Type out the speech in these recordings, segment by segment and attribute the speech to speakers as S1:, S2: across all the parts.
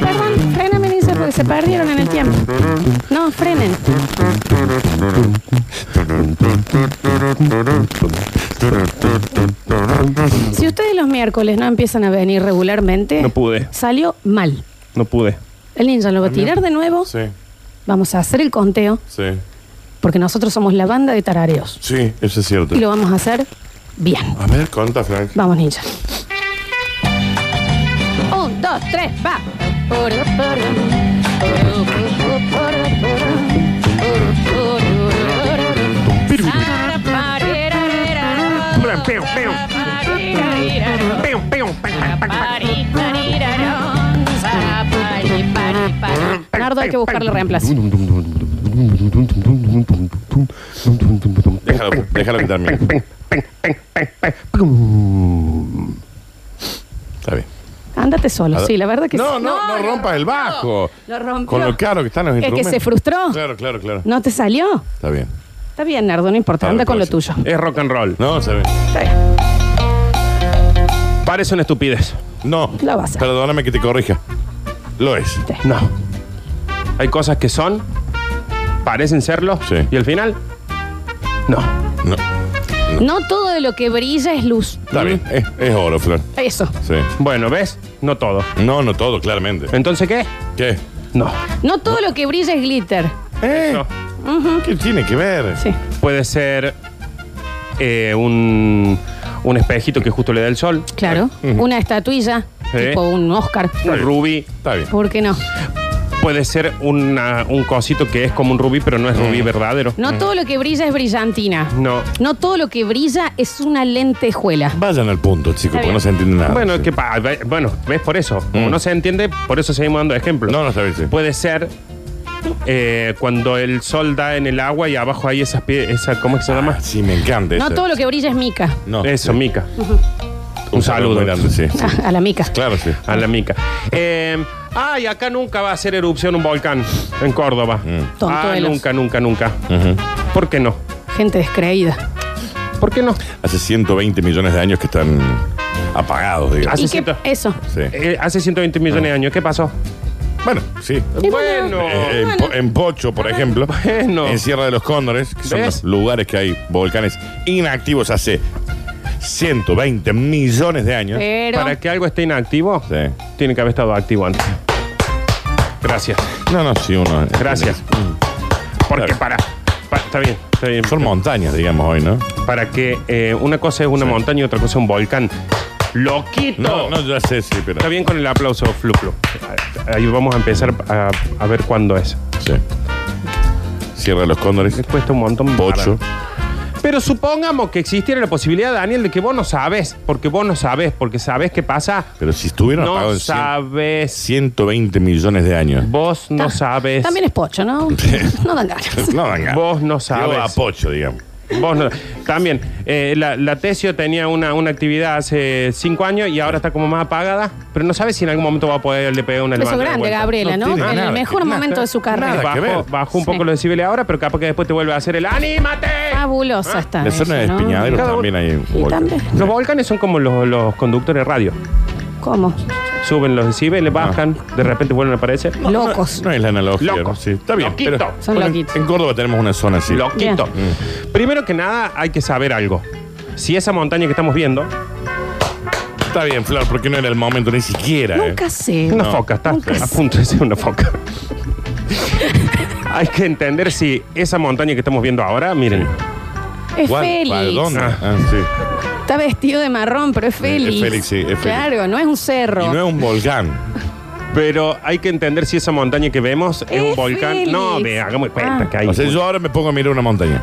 S1: Perdón, frename, dice, porque se perdieron en el tiempo. No, frenen. Si ustedes los miércoles no empiezan a venir regularmente,
S2: No pude.
S1: salió mal.
S2: No pude.
S1: El ninja lo va a tirar de nuevo.
S3: Sí,
S1: Vamos a hacer el conteo,
S3: sí.
S1: porque nosotros somos la banda de tarareos.
S3: Sí, eso es cierto.
S1: Y lo vamos a hacer bien.
S3: A ver, conta, Frank.
S1: Vamos, ninja. Un, dos, tres, va. Nardo, hay que buscarle reemplazo.
S3: Déjalo, déjalo que termine. Está bien.
S1: Ándate solo,
S3: A ver.
S1: sí, la verdad que
S3: No,
S1: sí.
S3: no, no rompas el bajo.
S1: Lo rompió.
S3: Con lo caro que están los
S1: El que
S3: instrumentos.
S1: se frustró.
S3: Claro, claro, claro.
S1: No te salió.
S3: Está bien.
S1: Está bien, Nardo, no importa.
S3: Claro,
S1: Anda con lo
S3: puede
S1: tuyo.
S2: Es rock and roll.
S3: No, se ve.
S1: Está bien.
S2: Parece una estupidez.
S3: No.
S1: Lo vas a hacer.
S3: Perdóname que te corrija. Lo es.
S2: No. Hay cosas que son, parecen serlo,
S3: Sí.
S2: y al final, no.
S3: No.
S1: No todo de lo que brilla es luz.
S3: Está bien. Es, es oro, Flor.
S1: Eso.
S3: Sí.
S2: Bueno, ¿ves? No todo.
S3: No, no todo, claramente.
S2: Entonces, ¿qué?
S3: ¿Qué?
S2: No.
S1: No todo lo que brilla es glitter.
S3: ¿Eh?
S2: No.
S3: ¿Qué tiene que ver?
S1: Sí.
S2: Puede ser eh, un, un espejito que justo le da el sol,
S1: Claro. Una estatuilla,
S2: Sí.
S1: tipo un Oscar.
S2: un rubí.
S3: Está bien.
S1: ¿Por qué no?
S2: Puede ser una- un cosito que es como un rubí, pero no es
S3: Mm.
S2: rubí verdadero.
S1: No todo lo que brilla es brillantina.
S2: No.
S1: No todo lo que brilla es una lentejuela.
S3: Vayan al punto, chicos,
S1: Está
S3: porque
S1: bien.
S3: no se entiende nada.
S2: Bueno,
S3: Ah, Sí.
S2: que pa- ve- bueno, ves por eso. Como
S3: Mm.
S2: no se entiende, por eso seguimos dando ejemplos.
S3: No, no está bien, sí.
S2: Puede ser eh, cuando el sol da en el agua y abajo hay esas pie- esa ¿Cómo es que se llama?
S3: Ah, sí, me encanta
S1: No
S3: esa.
S1: todo lo que brilla es mica.
S3: No.
S2: Eso, mica.
S3: Un
S2: saludo.
S3: saludo. grande, sí.
S1: Ah, A la mica.
S3: Claro, sí.
S2: A la mica. Eh, ay, acá nunca va a hacer erupción un volcán en Córdoba.
S3: Mm.
S2: Ah,
S1: Tontuelos.
S2: nunca, nunca, nunca.
S3: Ujú.
S2: ¿Por qué no?
S1: Gente descreída.
S2: ¿Por qué no?
S3: Hace 120 millones de años que están apagados, digamos.
S2: Hace
S1: ¿Y qué?
S2: ciento-
S1: Eso.
S3: Sí.
S2: Eh, hace 120 millones de años. ¿Qué pasó?
S3: Bueno, sí.
S1: Y bueno.
S2: bueno.
S3: Eh, en, Po- en Pocho, por ejemplo.
S2: Bueno.
S3: En Sierra de los Cóndores, que son
S2: ¿Ves?
S3: los lugares que hay volcanes inactivos hace 120 millones de años.
S1: Pero.
S2: Para que algo esté inactivo,
S3: Sí.
S2: tiene que haber estado activo antes. Gracias.
S3: No, no, sí, uno. eh,
S2: Gracias.
S3: Mm.
S2: Porque para, pa- Está bien, está bien.
S3: Son montañas, digamos, hoy, ¿no?
S2: Para que eh, una cosa es una
S3: Sí.
S2: montaña y otra cosa es un volcán. ¡Loquito!
S3: No, no, ya sé, sí, pero.
S2: Está bien con el aplauso, Fluplo. Ahí vamos a empezar a, a ver cuándo es.
S3: Sí. Sierra de los Cóndores,
S2: Les cuesta un montón.
S3: Pocho.
S2: Pero supongamos que existiera la posibilidad, Daniel, de que vos no sabes, porque vos no sabes, porque sabes qué pasa.
S3: Pero si estuvieron
S2: No
S3: apagados en cien-
S2: sabes.
S3: 120 millones de años.
S2: Vos no sabes.
S1: También es pocho, ¿no? No dan ganas.
S3: No, venga.
S2: Vos no
S3: Yo a
S2: sabes.
S3: Pocho, digamos.
S2: Vos no- También, eh, la, la Tesio tenía una, una actividad hace cinco años y ahora está como más apagada, pero no sabe si en algún momento va a poder le pegar una
S1: Beso
S2: levantada de
S1: grande,
S2: vuelta.
S1: Gabriela,
S3: No
S1: ¿no?
S3: tiene
S1: En el
S3: nada
S1: mejor
S3: que-
S1: momento de su carrera.
S3: nada que
S2: Bajó,
S3: ver.
S2: bajó un
S1: Sí. Ah,
S2: poco los decibeles ahora, pero capaz que después te vuelve a hacer el ¡Anímate!
S1: Fabulosa está.
S3: La zona de
S1: eso, ¿no?
S3: Espiñadero
S2: Cada
S3: también hay un
S1: Y
S3: volcán.
S1: también.
S2: Los volcanes son como los, los conductores de radio.
S1: ¿Cómo?
S2: Suben los decibeles,
S3: Ah.
S2: bajan, de repente vuelven a aparecer.
S1: Locos.
S3: No es la analogía.
S2: Loco.
S3: ¿no? Sí, está bien.
S2: Loquito.
S1: Son
S3: bueno,
S1: loquitos.
S3: En Córdoba tenemos una zona así.
S2: Loquito. Primero que nada, hay que saber algo. Si esa montaña que estamos viendo,
S3: Está bien, Flor, porque no era el momento ni siquiera. ¿eh?
S1: Nunca sé.
S2: Una foca, está
S1: Nunca
S2: a
S1: sé.
S2: punto de ser una foca. Hay que entender si esa montaña que estamos viendo ahora, miren,
S1: Es
S3: ¿Cuál? ¿Para
S1: Félix.
S3: dónde?
S2: Ah.
S3: Ah, sí.
S1: Está vestido de marrón, pero es Félix.
S3: Félix, sí, es Félix.
S1: Claro, no es un cerro.
S3: Y no es un volcán.
S2: pero hay que entender si esa montaña que vemos es, un
S1: Es
S2: volcán.
S1: Félix.
S2: No, ve, hagamos cuenta
S1: Ah.
S2: que hay.
S3: O sea, yo ahora me pongo a mirar una montaña.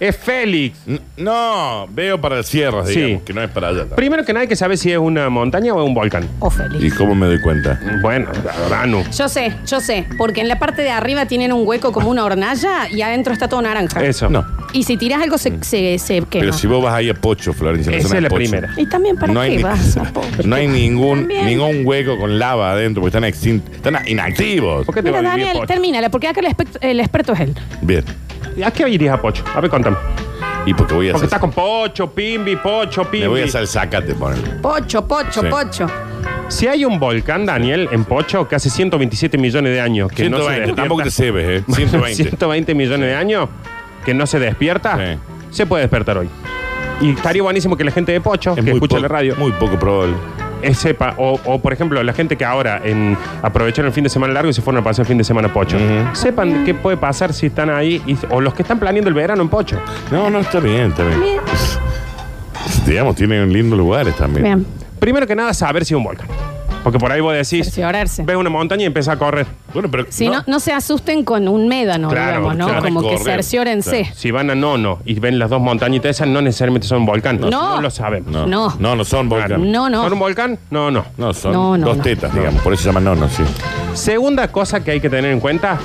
S2: Es Félix.
S3: N- No, veo para sierras,
S2: Sí.
S3: digamos, que no es para allá. ¿no?
S2: Primero que nada hay que saber si es una montaña o es un volcán.
S1: O Félix.
S3: ¿Y cómo me doy cuenta?
S2: Bueno, Danu.
S1: Yo sé, yo sé, porque en la parte de arriba tienen un hueco como una hornalla y adentro está todo naranja.
S2: Eso.
S3: No.
S1: Y si tiras algo se, se, se quema.
S3: Mm. Pero si vos vas ahí a Pocho, Florencia,
S2: Esa
S3: zona
S2: es
S3: de
S2: la
S3: Pocho,
S2: primera.
S1: Y también para
S3: No hay,
S1: qué
S3: ni-
S1: vas. a pobre?
S3: no hay ningún,
S1: También.
S3: ningún hueco con lava adentro, porque están, extin- están inactivos.
S2: ¿Por qué te
S1: Mira,
S2: va a vivir
S1: Daniel,
S2: Pocho?
S1: termínala, porque acá el, expect- el experto es él.
S3: Bien.
S2: ¿A qué irías a Pocho? A ver, contame.
S3: Y porque voy a
S2: Porque
S3: hacer.
S2: estás con pocho, pimbi, pocho, pimbi.
S3: Me voy a hacer sacate, ponele.
S1: Pocho, pocho,
S3: Sí.
S1: pocho.
S2: Si hay un volcán, Daniel, en Pocho, que hace 127 millones de años que no se
S3: 120,
S2: despierta.
S3: tampoco te cebes, ¿eh? 120.
S2: 120 millones de años que no se despierta,
S3: Sí.
S2: se puede despertar hoy. Y estaría buenísimo que la gente de Pocho,
S3: Es
S2: que
S3: muy
S2: escucha
S3: poco-
S2: la radio,
S3: Muy poco probable.
S2: eh, sepa. O, o, por ejemplo, la gente que ahora en, aprovecharon el fin de semana largo y se fueron a pasar el fin de semana a Pocho.
S3: Ujú.
S2: Sepan qué puede pasar si están ahí, y- o los que están planeando el verano en Pocho.
S3: No, no, está bien, está bien. Digamos, tienen lindos lugares también.
S1: Bien.
S2: Primero que nada, saber si es un volcán. Porque por ahí vos decís,
S1: Cerciorarse.
S2: ves una montaña y empezás a correr.
S3: Bueno, pero.
S1: Si no, no, se asusten con un médano,
S2: Claro,
S1: digamos, ¿no?
S2: claro.
S1: Como que
S3: Correr.
S1: cerciórense.
S2: Si van a Nono y ven las dos montañitas esas, no necesariamente son volcanes.
S1: No.
S2: No, lo sabemos.
S3: No, no,
S1: no.
S3: no, son volcanes.
S1: No, no.
S2: ¿Son un volcán? No, no.
S3: No, son
S1: No, no,
S3: dos
S1: no.
S3: tetas, digamos. Por eso se llaman no, no, sí.
S2: Segunda cosa que hay que tener en cuenta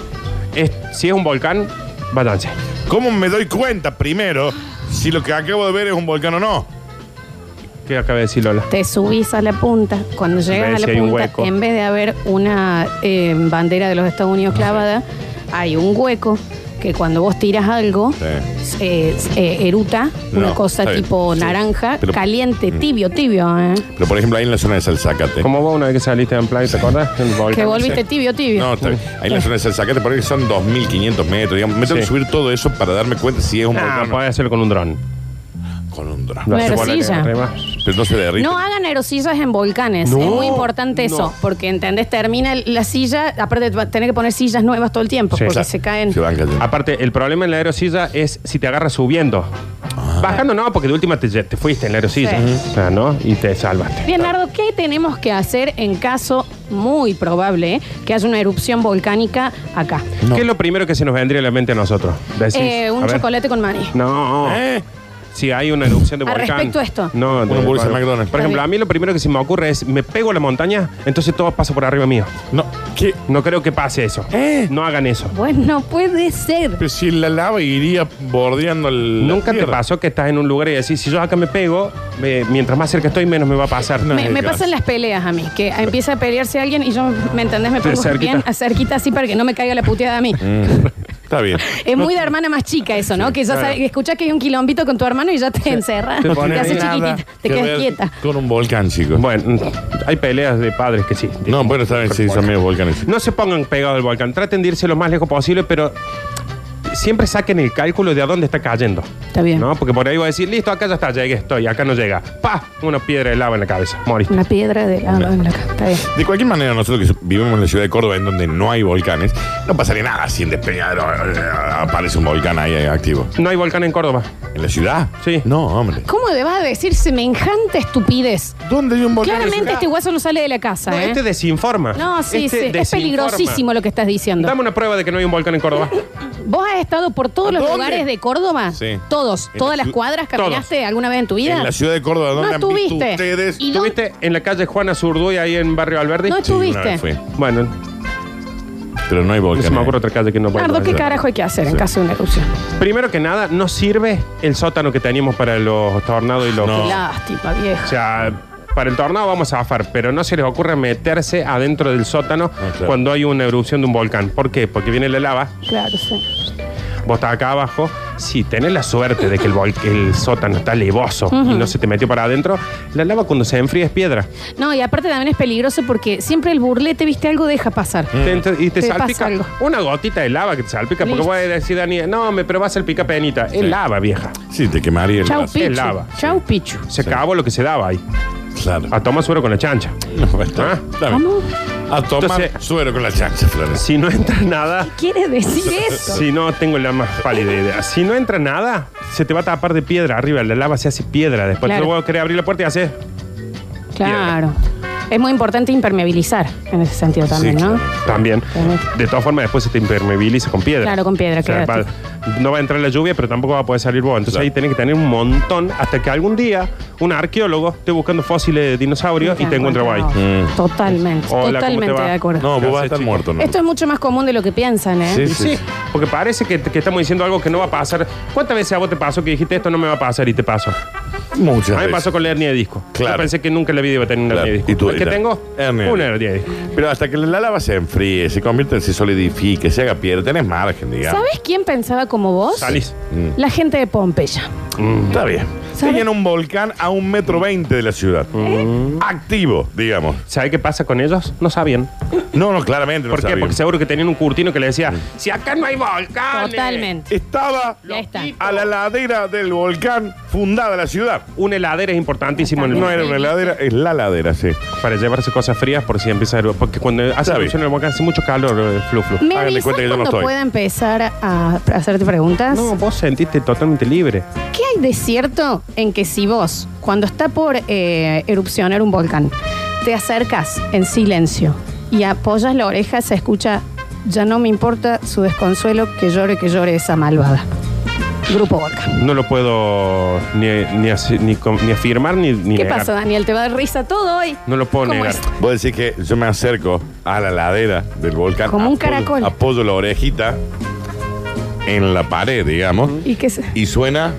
S2: es si es un volcán, váyanse.
S3: ¿Cómo me doy cuenta primero si lo que acabo de ver es un volcán o no?
S2: ¿Qué acaba de decir Lola?
S1: Te subís a la punta. Cuando llegas
S2: Ves
S1: a
S2: si
S1: la
S2: hay un
S1: punta,
S2: hueco.
S1: en vez de haber una eh, bandera de los Estados
S3: Ah,
S1: Unidos clavada, hay un hueco que cuando vos tiras algo, eh, eh, eruta, una
S3: No,
S1: cosa
S3: está bien.
S1: tipo
S3: Sí.
S1: naranja,
S3: Pero- Mm.
S1: caliente, tibio, tibio, ¿eh?
S3: Pero por ejemplo, ahí en la zona de Salzacate.
S2: ¿Cómo vos una vez que saliste en playa, te acordás? El volcán.
S1: Que volviste
S3: sí.
S1: tibio, tibio.
S3: No, está bien. Ahí en la zona de Salzacate, por ahí son 2.500 metros, digamos. Me tengo que
S2: Sí.
S3: subir todo eso para darme cuenta si es un
S2: Ah,
S3: volcán o no.
S2: podés hacerlo con un dron.
S3: Con un dron.
S2: Lo
S1: Una
S2: haces volar
S1: arcilla.
S2: arriba.
S3: Pero no se derrite.
S1: No hagan aerosillas en volcanes.
S3: No,
S1: es muy importante
S3: no.
S1: eso. Porque, ¿entendés? Termina el- la silla. Aparte, va a tener que poner sillas nuevas todo el tiempo.
S2: Sí.
S1: porque
S2: Claro.
S1: se caen.
S3: Se van cayendo.
S2: Aparte, el problema en la aerosilla es si te agarras subiendo.
S3: Ah.
S2: Bajando no, porque de última te, te fuiste en la aerosilla.
S1: Sí.
S2: Ah, ¿no? Y te salvaste.
S1: Bien, Nardo, ¿qué tenemos que hacer en caso muy probable eh, que haya una erupción volcánica acá?
S3: No.
S2: ¿Qué es lo primero que se nos vendría a la mente a nosotros? Decís,
S1: Eh,
S2: a
S1: un
S2: ver.
S1: chocolate con maní.
S2: No.
S3: ¿Eh?
S2: Si hay una erupción de
S1: Al
S2: volcán.
S1: Ah, respecto a esto.
S2: No,
S3: Una
S2: de-
S3: hamburguesa de
S2: por-
S3: McDonald's.
S2: Por ejemplo, a mí lo primero que se me ocurre es me pego a la montaña, entonces todo pasa por arriba mío.
S3: No, ¿qué?
S2: No creo que pase eso.
S3: ¿Eh?
S2: No hagan eso.
S1: Bueno, puede ser.
S3: Pero si la lava iría bordeando el.
S2: Nunca te
S3: pasa.
S2: pasó que estás en un lugar y decís, si yo acá me pego, me- mientras más cerca estoy, menos me va a pasar.
S3: No.
S1: Me, me
S3: Dios.
S1: pasan las peleas a mí, que empieza a pelearse alguien y yo, ¿me entendés? Me
S2: Estoy
S1: pongo
S2: cerquita. Mm.
S1: bien cerquita así para que no me caiga la puteada a mí.
S3: Está bien.
S1: Es muy de hermana más chica eso, ¿no? Que ya
S2: claro.
S1: sabes, que escuchás que hay un quilombito con tu hermano y ya te encerra. Te,
S2: Te pones
S1: haces
S2: ahí.
S1: chiquitita,
S2: Nada.
S1: te
S3: Qué
S1: quedas
S3: ver
S1: quieta.
S3: Con un volcán, chicos.
S2: Bueno, hay peleas de padres que sí.
S3: no, bueno, está bien, sí, son medio volcanes.
S2: No se pongan pegados al volcán. Traten de irse lo más lejos posible, pero siempre saquen el cálculo de a dónde está cayendo.
S1: Está bien.
S2: ¿No? Porque por ahí va a decir, listo, acá ya está, llegué, estoy, acá no llega. ¡Pah! Una piedra de lava en la cabeza. Moriste.
S1: Una piedra de lado en la cara. Está bien.
S3: De cualquier manera, nosotros que vivimos en la ciudad de Córdoba, en donde no hay volcanes, no pasaría nada si en Despeñadero eh, aparece un volcán ahí eh, activo.
S2: No hay volcán en Córdoba.
S3: ¿En la ciudad?
S2: Sí.
S3: No, hombre.
S1: ¿Cómo le vas a decir semejante estupidez?
S3: ¿Dónde hay un volcán? en la
S1: Claramente
S3: ciudad?
S1: este guaso no sale de la casa,
S2: No,
S1: ¿eh?
S2: este desinforma.
S1: No, sí,
S2: Este
S1: sí. Es
S2: desinforma.
S1: peligrosísimo lo que estás diciendo.
S2: Dame una prueba de que no hay un volcán en Córdoba.
S1: ¿Vos has estado por todos los
S3: ¿Dónde?
S1: lugares de Córdoba?
S3: Sí.
S1: Todos.
S3: En
S1: ¿Todas
S3: la
S1: las
S3: ciu-
S1: cuadras caminaste alguna vez en tu vida?
S3: En la ciudad de Córdoba, ¿dónde
S1: No
S3: han visto
S1: estuviste.
S3: ustedes?
S1: Y- dónde-
S2: ¿Estuviste en la calle Juana Zurduy ahí en Barrio Alberdi?
S1: No
S3: Sí, una
S1: estuviste.
S3: vez fui,
S2: Bueno,
S3: Pero no hay
S2: no
S3: volcán.
S2: se me
S3: eh.
S2: ocurre otra calle que no pueda.
S1: Nardo, ¿qué carajo hay que hacer en
S3: Sí.
S1: caso de una erupción?
S2: Primero que nada, no sirve el sótano que teníamos para los tornados y los.
S3: No.
S1: Qué lástima,
S2: O
S1: vieja.
S2: sea, para el tornado vamos a zafar, pero no se les ocurre meterse adentro del sótano
S3: Ah, claro.
S2: cuando hay una erupción de un volcán. ¿Por qué? Porque viene la lava,
S1: Claro, sí.
S2: vos estás acá abajo. Si tenés la suerte de que el, vol- el sótano está levoso y no se te metió para adentro, la lava cuando se enfría es piedra.
S1: No, y aparte también es peligroso porque siempre el burlete, viste, algo deja pasar.
S3: Mm,
S2: Te entra- y te,
S1: Te pasa
S2: salpica
S1: algo.
S2: una gotita de lava que te salpica. Porque
S1: Listo.
S2: voy a decir, Dani, no, me, pero va a salpicar penita. Es
S3: Sí.
S2: lava, vieja.
S3: Sí, te quemaría el
S1: Chau,
S3: brazo.
S1: Pichu.
S2: lava,
S1: Chau, Pichu.
S2: Se acabó lo que se daba ahí.
S3: Claro.
S2: A tomar suero con la chancha.
S3: No, está-
S2: Ah.
S3: está bien.
S1: ¿Cómo?
S3: A tomar
S2: Entonces- eh,
S3: suero con la chancha, Flores.
S2: Si no entra nada,
S1: ¿Quiere decir eso?
S2: si no tengo la más pálida idea. Si no entra nada, se te va a tapar de piedra arriba. La lava se hace piedra. Después
S1: Claro.
S2: luego querés abrir la puerta y haces.
S1: Claro. Es muy importante impermeabilizar en ese sentido también, ¿no?
S3: claro.
S2: También.
S1: Claro.
S2: De todas formas, después se te impermeabiliza con piedra.
S1: Claro, con piedra, claro.
S2: va- no va a entrar la lluvia, pero tampoco va a poder salir vos. Entonces
S3: Claro.
S2: ahí tenés que tener un montón hasta que algún día un arqueólogo esté buscando fósiles de dinosaurios y te encuentra guay.
S3: Mm.
S1: Totalmente,
S2: Hola, ¿cómo te
S1: totalmente
S2: va?
S1: de acuerdo.
S3: No, vos vas a estar
S2: Gracias,
S3: muerto, ¿no?
S1: Esto es mucho más común de lo que piensan, ¿eh?
S3: Sí,
S2: Y sí, porque parece que, que estamos diciendo algo que no va a pasar. ¿Cuántas veces a vos te pasó que dijiste esto no me va a pasar y te pasó? A
S3: Muchas
S2: mí me
S3: veces.
S2: pasó con la hernia de disco.
S3: Claro.
S2: Yo pensé que nunca en la vida iba a tener una
S3: Claro.
S2: hernia de disco.
S3: ¿Y tú,
S2: ¿El que
S3: Ita?
S2: tengo?
S3: Hernia.
S2: Una hernia de disco.
S3: Pero hasta que la lava se enfríe, se convierta, en- se solidifique, se haga piedra, tenés margen, digamos.
S1: ¿Sabes quién pensaba como vos?
S2: Salís.
S1: La gente de Pompeya.
S3: Está bien.
S1: ¿Sabe?
S3: Tenían un volcán a un metro veinte de la ciudad.
S1: ¿Eh?
S3: Activo, digamos.
S2: ¿Sabes qué pasa con ellos? No sabían.
S3: No, no, claramente no
S2: ¿Por qué?
S3: sabían.
S2: Porque seguro que tenían un curtino que le decía,
S3: Mm.
S2: si acá no hay volcanes.
S1: Totalmente.
S3: Estaba
S1: Ya está.
S3: a la ladera del volcán fundada la ciudad.
S2: Una heladera es importantísimo en el
S3: No era
S2: mundo.
S3: una ladera, es la ladera, sí.
S2: Para llevarse cosas frías por si empieza el... Porque cuando hace
S3: Está bien.
S2: erupción el volcán hace mucho calor eh, el fluflu.
S1: ¿Me
S3: Háganle
S1: avisas
S3: cuenta que yo no
S1: cuando
S3: estoy.
S1: pueda empezar a hacerte preguntas?
S2: No, vos sentiste totalmente libre.
S1: ¿Qué hay de cierto en que si vos, cuando está por eh, erupcionar un volcán, te acercas en silencio y apoyas la oreja, se escucha, ya no me importa su desconsuelo, que llore, que llore esa malvada? Grupo Volcán.
S2: No lo puedo ni, ni, asi- ni com- ni afirmar ni, ni
S1: ¿Qué
S2: negar.
S1: pasa, Daniel? ¿Te va a dar risa todo hoy?
S2: No lo puedo
S1: ¿Cómo
S2: negar.
S1: es?
S3: Vos decís que yo me acerco a la ladera del volcán.
S1: Como un
S3: apoyo-
S1: caracol.
S3: Apoyo la orejita en la pared, digamos.
S1: ¿Y qué se-
S3: Y suena.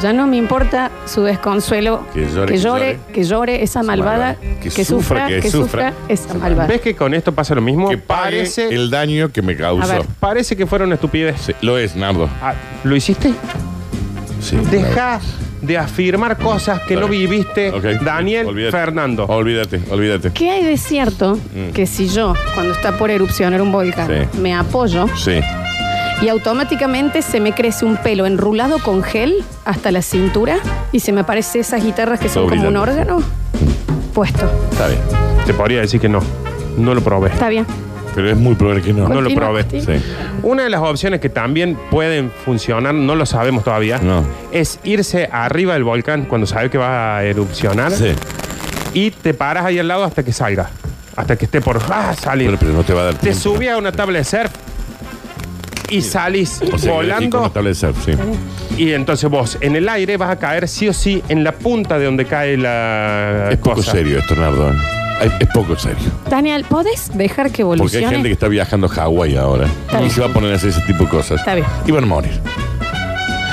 S1: Ya no me importa su desconsuelo,
S3: Que llore,
S1: que
S3: que
S1: llore,
S3: llore.
S1: que llore esa malvada, que, sufra, que, sufra, esa malvada.
S2: ¿Ves que con esto pasa lo mismo?
S3: Que pague
S2: parece,
S3: el daño que me
S1: A
S3: causó.
S1: ver.
S2: parece que fueron estupidez.
S3: Sí, lo es, Nardo.
S2: Ah, ¿Lo hiciste?
S3: Sí,
S2: Deja de afirmar cosas que
S3: Está
S2: no
S3: bien.
S2: viviste,
S3: Ok.
S2: Daniel
S3: Olvídate.
S2: Fernando.
S3: Olvídate, olvídate.
S1: ¿Qué hay de cierto que si yo, cuando está por erupcionar un volcán,
S3: Sí.
S1: me apoyo
S3: Sí.
S1: y automáticamente se me crece un pelo enrulado con gel hasta la cintura y se me aparecen esas guitarras que son
S3: Todo
S1: como un
S3: brillante.
S1: órgano puesto?
S3: Está bien.
S2: Te podría decir que no. No lo probé.
S1: Está bien.
S3: Pero es muy probable que no.
S2: No lo
S1: Continúa,
S2: probé.
S1: Martín.
S3: Sí.
S2: Una de las opciones que también pueden funcionar, no lo sabemos todavía,
S3: No.
S2: es irse arriba del volcán cuando sabes que va a erupcionar
S3: Sí.
S2: y te paras ahí al lado hasta que salga. Hasta que esté por ah, salir.
S3: Pero, pero no te va a dar
S2: te
S3: tiempo.
S2: subí a una tabla de surf y salís
S3: O sea, y con
S2: volando
S3: la tabla de surf, sí.
S2: y entonces vos en el aire vas a caer sí o sí en la punta de donde cae la
S3: Es poco
S2: cosa.
S3: serio esto, Nardo. ¿eh? Es, es poco serio.
S1: Daniel, ¿podés dejar que
S3: Porque hay
S1: evolucione?
S3: gente que está viajando a Hawái ahora.
S1: Está
S3: y
S1: bien.
S3: se va a poner a hacer ese tipo de cosas.
S1: Está bien.
S3: Y van a morir.